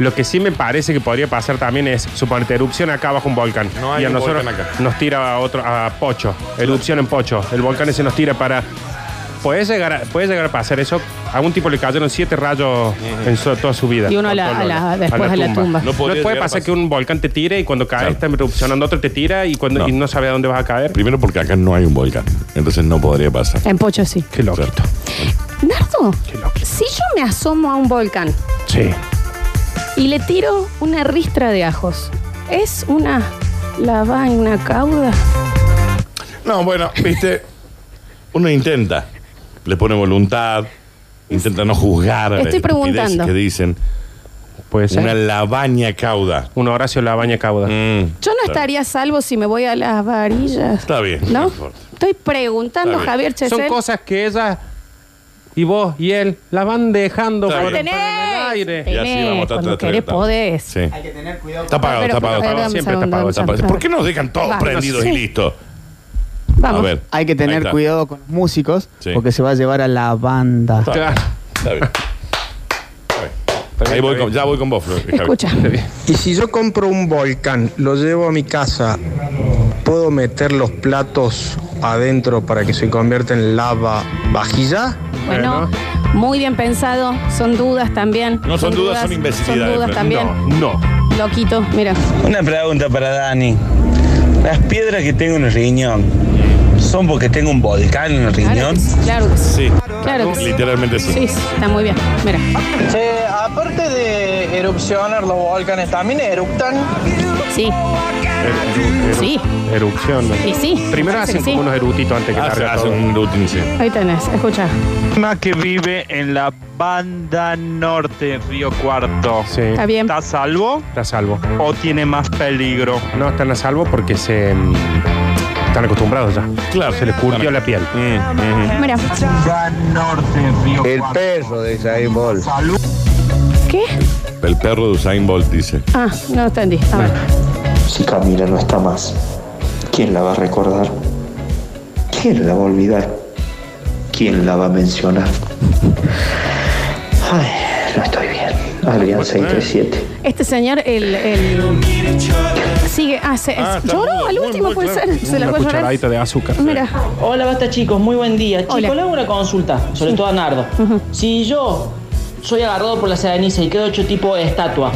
S2: Lo que sí me parece que podría pasar también es, suponete, erupción acá bajo un volcán.
S3: No hay
S2: y a
S3: un
S2: nosotros
S3: volcán acá.
S2: nos tira a otro, a Pocho. Erupción en Pocho. El volcán ese nos tira para. Puede llegar, a, puede llegar a pasar eso. A un tipo le cayeron siete rayos en su- toda su vida.
S1: Y uno a la-
S2: Por todo
S1: a la-
S2: lo-
S1: después a la tumba.
S3: No
S2: No,
S3: podría
S2: puede
S3: llegar a
S2: pasar
S3: pasar.
S2: que un volcán te tire y cuando caes
S3: Claro.
S2: está erupcionando otro, te tira y cuando
S3: No.
S2: y no sabe a dónde vas a caer.
S3: Primero porque acá no hay un volcán. Entonces no podría pasar.
S1: En Pocho sí.
S2: Qué loco.
S3: Claro.
S1: Nardo,
S2: Qué loco.
S1: si yo me asomo a un volcán
S2: Sí.
S1: y le tiro una ristra de ajos, ¿es una lava en una cauda?
S3: No, bueno, viste, uno intenta, le pone voluntad, intenta no juzgar. las
S1: Estoy
S3: estupideces
S1: preguntando.
S3: Que dicen
S2: Puede ser.
S3: una labaña cauda.
S2: Un Horacio Labaña Cauda.
S3: Mm,
S1: Yo no estaría a salvo si me voy a las varillas.
S3: está bien. no
S1: ¿No?
S3: importa.
S1: Estoy preguntando,
S3: Está bien.
S1: Javier Chesel.
S2: Son cosas que ella y vos y él la van dejando
S3: Está
S2: por,
S3: bien.
S2: por el aire.
S3: Y así vamos, ta, ta,
S1: Cuando
S3: ta, ta,
S1: querés
S3: ta.
S1: podés.
S3: Sí. Hay que tener cuidado. Está apagado,
S1: Pero-
S3: está apagado, está
S1: pero-
S3: apagado.
S2: siempre
S1: dame un
S2: está
S1: segundo,
S2: apagado, está
S1: dame un
S2: apagado.
S1: segundo.
S3: ¿Por qué nos dejan todos
S1: Vamos.
S3: prendidos
S1: Sí.
S3: y listo?
S1: Vamos.
S3: A ver.
S10: Hay que
S3: Ahí
S10: tener
S3: está.
S10: cuidado con los músicos
S3: Sí.
S10: porque se va a llevar a la banda.
S3: Está bien.
S2: Claro.
S3: Está bien. Está bien. Ahí voy con- ya voy con vos, Flor.
S1: Escucha.
S6: Y si yo compro un volcán, lo llevo a mi casa, ¿puedo meter los platos adentro para que se convierta en lava vajilla?
S1: Bueno, muy bien pensado. Son dudas también.
S3: No son dudas, son
S1: Son
S3: imbecilidades,
S1: dudas
S3: Flor.
S1: también.
S2: No,
S1: Loquito, mira.
S11: Una pregunta para Dani. Las piedras que tengo en el riñón, ¿son porque tengo un volcán en el riñón?
S1: Claro que sí. Claro que sí.
S3: Literalmente
S1: Sí, está muy bien. Mira.
S12: Che, aparte de erupcionar los volcanes, ¿también eructan?
S1: Sí. Sí.
S2: Erupción. ¿no?
S1: Y sí,
S2: Primero
S1: parece
S2: hacen
S1: que sí.
S2: como unos erutitos antes que
S3: Ah, se
S2: larga
S3: hace
S2: todo.
S3: un rutin, sí.
S1: Ahí tenés, escucha.
S13: que vive en la banda norte, en Río Cuarto.
S1: Está bien.
S13: ¿Está a salvo?
S2: Está a salvo.
S13: ¿O tiene más peligro?
S2: No, están a salvo porque se. mm, Están acostumbrados ya. Claro. Se les curtió la piel.
S1: Mira.
S14: El perro de Usain Bolt.
S1: ¿Qué?
S3: El perro de Usain Bolt dice.
S1: Ah, no entendí. A ver.
S15: Si Camila no está más, ¿quién la va a recordar? ¿Quién la va a olvidar? ¿Quién la va a mencionar? Ay, no estoy bien.
S8: eh.
S15: Adrián 637.
S1: Este señor, el. el- sigue. Ah, se,
S2: Ah, está
S1: lloró al último, puede ser. Se la
S2: Una
S1: puede llorar.
S2: cucharadita de azúcar.
S1: Mira.
S4: Hola, basta chicos, muy buen día. Chicos, le hago una consulta, sobre todo a Nardo. Si yo soy agarrado por la ceniza y quedo hecho tipo estatua,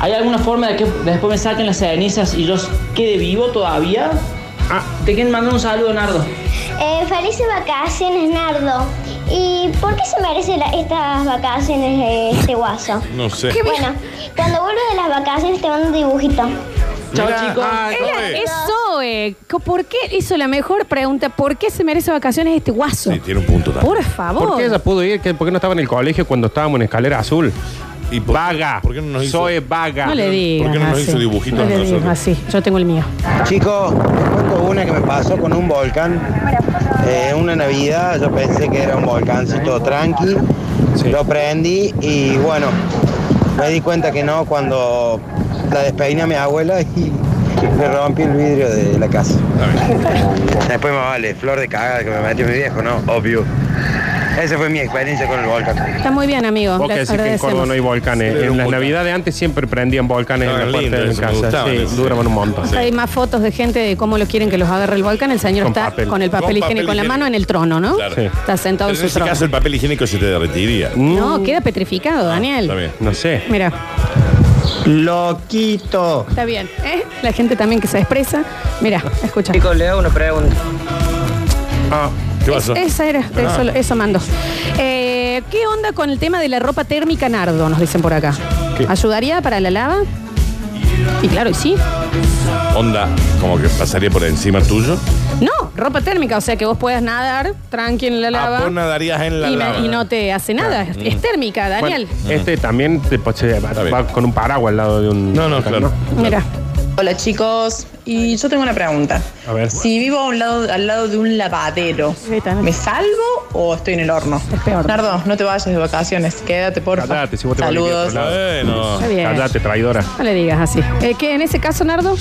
S4: ¿hay alguna forma de que después me saquen las cenizas y yo quede vivo todavía? Te quieren mandar un saludo, Nardo.
S9: Eh, felices vacaciones, Nardo. ¿Y por qué se merece la- estas vacaciones eh, este guaso?
S3: No sé.
S9: Bueno, cuando vuelvas de las vacaciones te mando un dibujito.
S3: Mirá, ah,
S1: Era- es Zoe. Co- ¿Por qué hizo la mejor pregunta? ¿Por qué se merece vacaciones este guaso?
S2: Sí, tiene un punto
S1: también. Por favor.
S2: ¿Por qué ella pudo ir? ¿Qué- ¿Por qué no estaba en el colegio cuando estábamos en escalera azul? vaga. ¿Por qué no nos
S3: hizo-
S2: Soy vaga.
S1: No le digas. así. No le digas así. Yo tengo el mío.
S8: Chicos, les cuento una que me pasó con un volcán. Eh, una Navidad, yo pensé que era un volcancito tranqui. Lo prendí y bueno, me di cuenta que no cuando la despeiné a mi abuela y me rompí el vidrio de la casa. Después me vale, flor de cagada que me metió mi viejo, ¿no? Obvio. Esa fue mi experiencia con el volcán.
S1: Está muy bien, amigo.
S2: Vos
S1: Le
S2: que decís que en
S1: agradecemos.
S2: Córdoba no hay volcanes.
S3: Sí, era
S2: en
S3: un
S2: las
S3: volcán.
S2: navidades antes siempre prendían volcanes
S3: Estaban
S2: en la puerta
S3: lindas
S2: de mi
S3: esas, me
S2: casa.
S3: gustaban
S2: Sí,
S3: esas.
S2: duraban un montón.
S1: Hay más fotos de gente de cómo lo quieren que los agarre el volcán. El señor
S3: Con
S1: está
S3: papel.
S1: con el papel
S3: Con
S1: higiénico
S3: papel
S1: en la
S3: higiénico.
S1: mano en el trono, ¿no?
S3: Claro.
S1: Está sentado en
S3: Pero en
S1: su
S3: ese
S1: trono.
S3: caso el papel higiénico se te derretiría.
S1: No, queda petrificado, Daniel.
S2: No sé.
S1: Mira,
S8: Loquito.
S1: está bien. ¿eh? La gente también que se expresa. Mira, escucha.
S5: Chicos, le hago una pregunta.
S3: Ah, ¿qué pasó?
S1: Esa era, eso, eso mando. Eh, ¿Qué onda con el tema de la ropa térmica nardo? Nos dicen por acá.
S3: ¿Qué?
S1: ¿Ayudaría para la lava? Y claro, y sí.
S3: Onda, como que pasaría por encima tuyo.
S1: No, ropa térmica, o sea que vos puedas nadar tranqui en la lava.
S3: vos nadarías Ah, en la
S1: y, me-
S3: lava.
S1: y no te hace nada.
S2: Claro.
S1: Es térmica, Daniel.
S2: Bueno, este también te pues, se va, va con un paraguas al lado de un. No, no, claro.
S1: Mira.
S16: Hola chicos, y yo tengo una pregunta.
S2: A ver.
S16: Si vivo a un lado, al lado de un lavadero, ¿me salvo o estoy en el horno? Es
S1: peor.
S16: Nardo, no te vayas de vacaciones, quédate por
S2: Cállate, si vos te
S16: Saludos.
S2: Bueno.
S1: Está bien.
S2: Cállate, traidora.
S1: No le digas así. Eh, ¿Qué en ese caso, Nardo?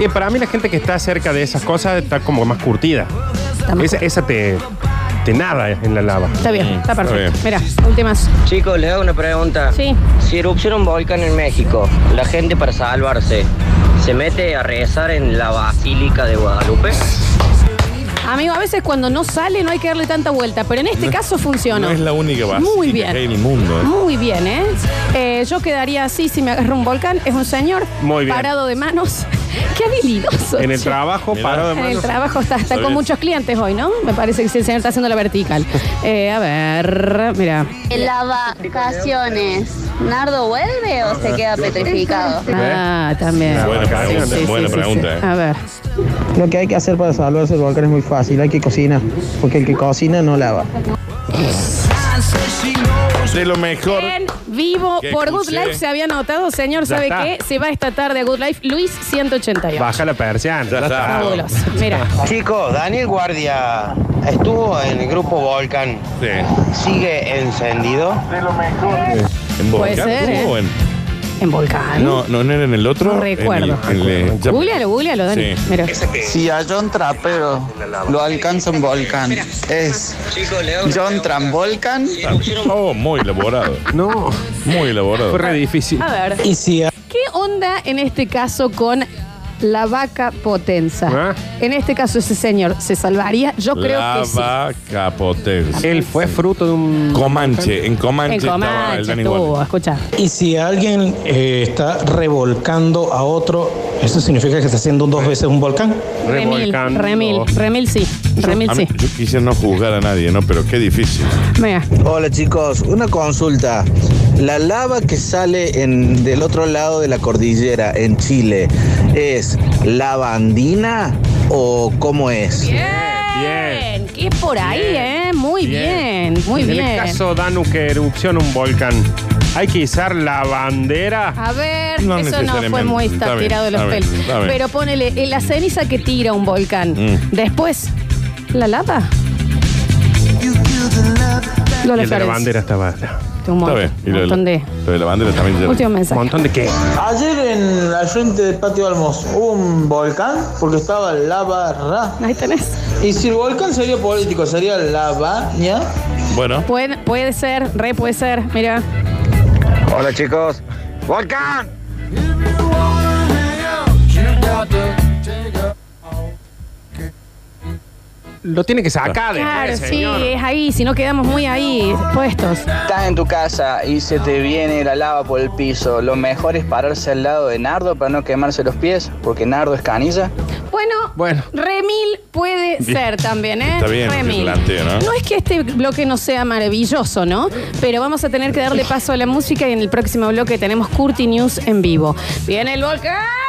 S2: Y para mí la gente que está cerca de esas cosas está como más curtida. Esa, esa te, te nada en la lava.
S1: Está
S3: Mm,
S1: bien, está perfecto.
S2: bien.
S1: Mira, últimas.
S5: Chicos, les hago una pregunta.
S1: Sí.
S5: Si erupciona un volcán en México, la gente para salvarse, ¿se mete a rezar en la Basílica de Guadalupe?
S1: Amigo, a veces cuando no sale no hay que darle tanta vuelta, pero en este caso funcionó.
S3: No es la única base
S1: Muy bien.
S3: que hay en el mundo. ¿eh?
S1: Muy bien, ¿eh? Eh, Yo quedaría así si me agarro un volcán. Es un señor
S2: Muy bien.
S1: parado de manos. Qué habilidoso.
S2: En el
S1: che.
S2: trabajo, parado de
S1: En el
S2: manos.
S1: trabajo está, está
S2: Está
S1: con
S2: bien.
S1: muchos clientes hoy, ¿no? Me parece que sí, el señor está haciendo la vertical. Eh, a ver, mira.
S17: Las vacaciones. ¿Nardo vuelve o se queda petrificado?
S1: Ah, también.
S3: ¿Eh? Buena pregunta, buena pregunta, eh.
S1: A ver.
S8: Lo que hay que hacer para salvarse del volcán es muy fácil, hay que cocinar, porque el que cocina no lava.
S3: De lo mejor.
S1: En vivo
S3: Que
S1: por Good
S3: escuché.
S1: Life se había anotado, señor,
S2: Ya
S1: ¿sabe
S2: está.
S1: qué? Se va esta tarde a Good Life Luis 188.
S2: ¿eh? Baja la persiana. Ya está.
S1: Fabuloso. Ah, Mira.
S8: Chicos, Daniel Guardia estuvo en el grupo Volcan. ¿Sigue encendido?
S3: ¿En
S1: Puede
S3: Volcán?
S1: ser,
S3: ¿Cómo
S1: ¿eh?
S3: en-
S1: en volcán.
S3: No, no, no era en el otro.
S1: No recuerdo.
S3: En el- en el- ya-
S1: Googlealo, googlealo, Dani.
S3: Sí.
S1: Mira.
S6: Si a John Trapero lo alcanza un volcán, es John Tramvolcan.
S3: Oh, muy elaborado.
S2: No.
S3: Muy elaborado.
S2: Fue re difícil.
S1: A ver.
S6: Y si a-
S1: ¿Qué onda en este caso con la vaca potenza?
S2: Ah.
S1: En este caso ese señor se salvaría, yo creo que sí.
S3: Lava Capotes.
S2: Él fue fruto de un.
S3: Comanche. En Comanche,
S1: En
S3: estaba el
S1: Comanche
S3: Dani
S1: estuvo,
S3: Warner.
S1: escucha.
S4: Y si alguien eh, está revolcando a otro, ¿eso significa que está haciendo dos veces un volcán?
S1: Remil, remil, remil sí, remil
S3: A mí-
S1: sí.
S3: Yo quise no juzgar a nadie, ¿no? Pero qué difícil.
S1: Mira,
S6: Hola chicos, una consulta. La lava que sale en, del otro lado de la cordillera en Chile, ¿es lava andina o cómo es?
S1: Bien, que por ahí, ¿eh? Muy bien, muy
S2: en
S1: bien.
S2: el caso Danu que erupciona un volcán, hay que izar la bandera.
S1: A ver,
S2: No
S1: eso no fue
S2: necesariamente.
S1: muy
S2: Está
S1: está
S2: bien,
S1: tirado de los
S2: está bien,
S1: pelos.
S2: está bien.
S1: Pero ponele eh, la ceniza que tira un volcán.
S2: Mm.
S1: Después, la lava.
S2: Y
S1: Lola
S2: el de la
S1: Florencia.
S2: bandera estaba.
S1: Un
S3: Está bien. Y lo de la-
S1: montón de-
S3: lo de la bandera también. ya-
S1: Último mensaje.
S2: ¿Montón de qué?
S6: Ayer en al frente del patio Almos hubo un volcán porque estaba lava ra.
S1: Ahí tenés.
S6: Y si el volcán sería político, sería lava, ¿ya?
S3: Bueno.
S1: Puede, puede ser, re puede ser. Mira,
S18: Hola chicos. ¡Volcán!
S2: Lo tiene que sacar de
S1: claro, sí,
S2: señor.
S1: es ahí. Si no quedamos muy ahí puestos.
S5: Estás en tu casa y se te viene la lava por el piso. Lo mejor es pararse al lado de Nardo para no quemarse los pies, porque Nardo es canilla.
S1: Bueno,
S2: Bueno.
S1: remil puede
S5: Bien.
S1: ser también, ¿eh?
S5: Está bien,
S1: remil.
S5: el planteo,
S1: ¿no?
S5: ¿no?
S1: es que este bloque no sea maravilloso, ¿no? Pero vamos a tener que darle paso a la música y en el próximo bloque tenemos Curti News en vivo. Viene el volcán.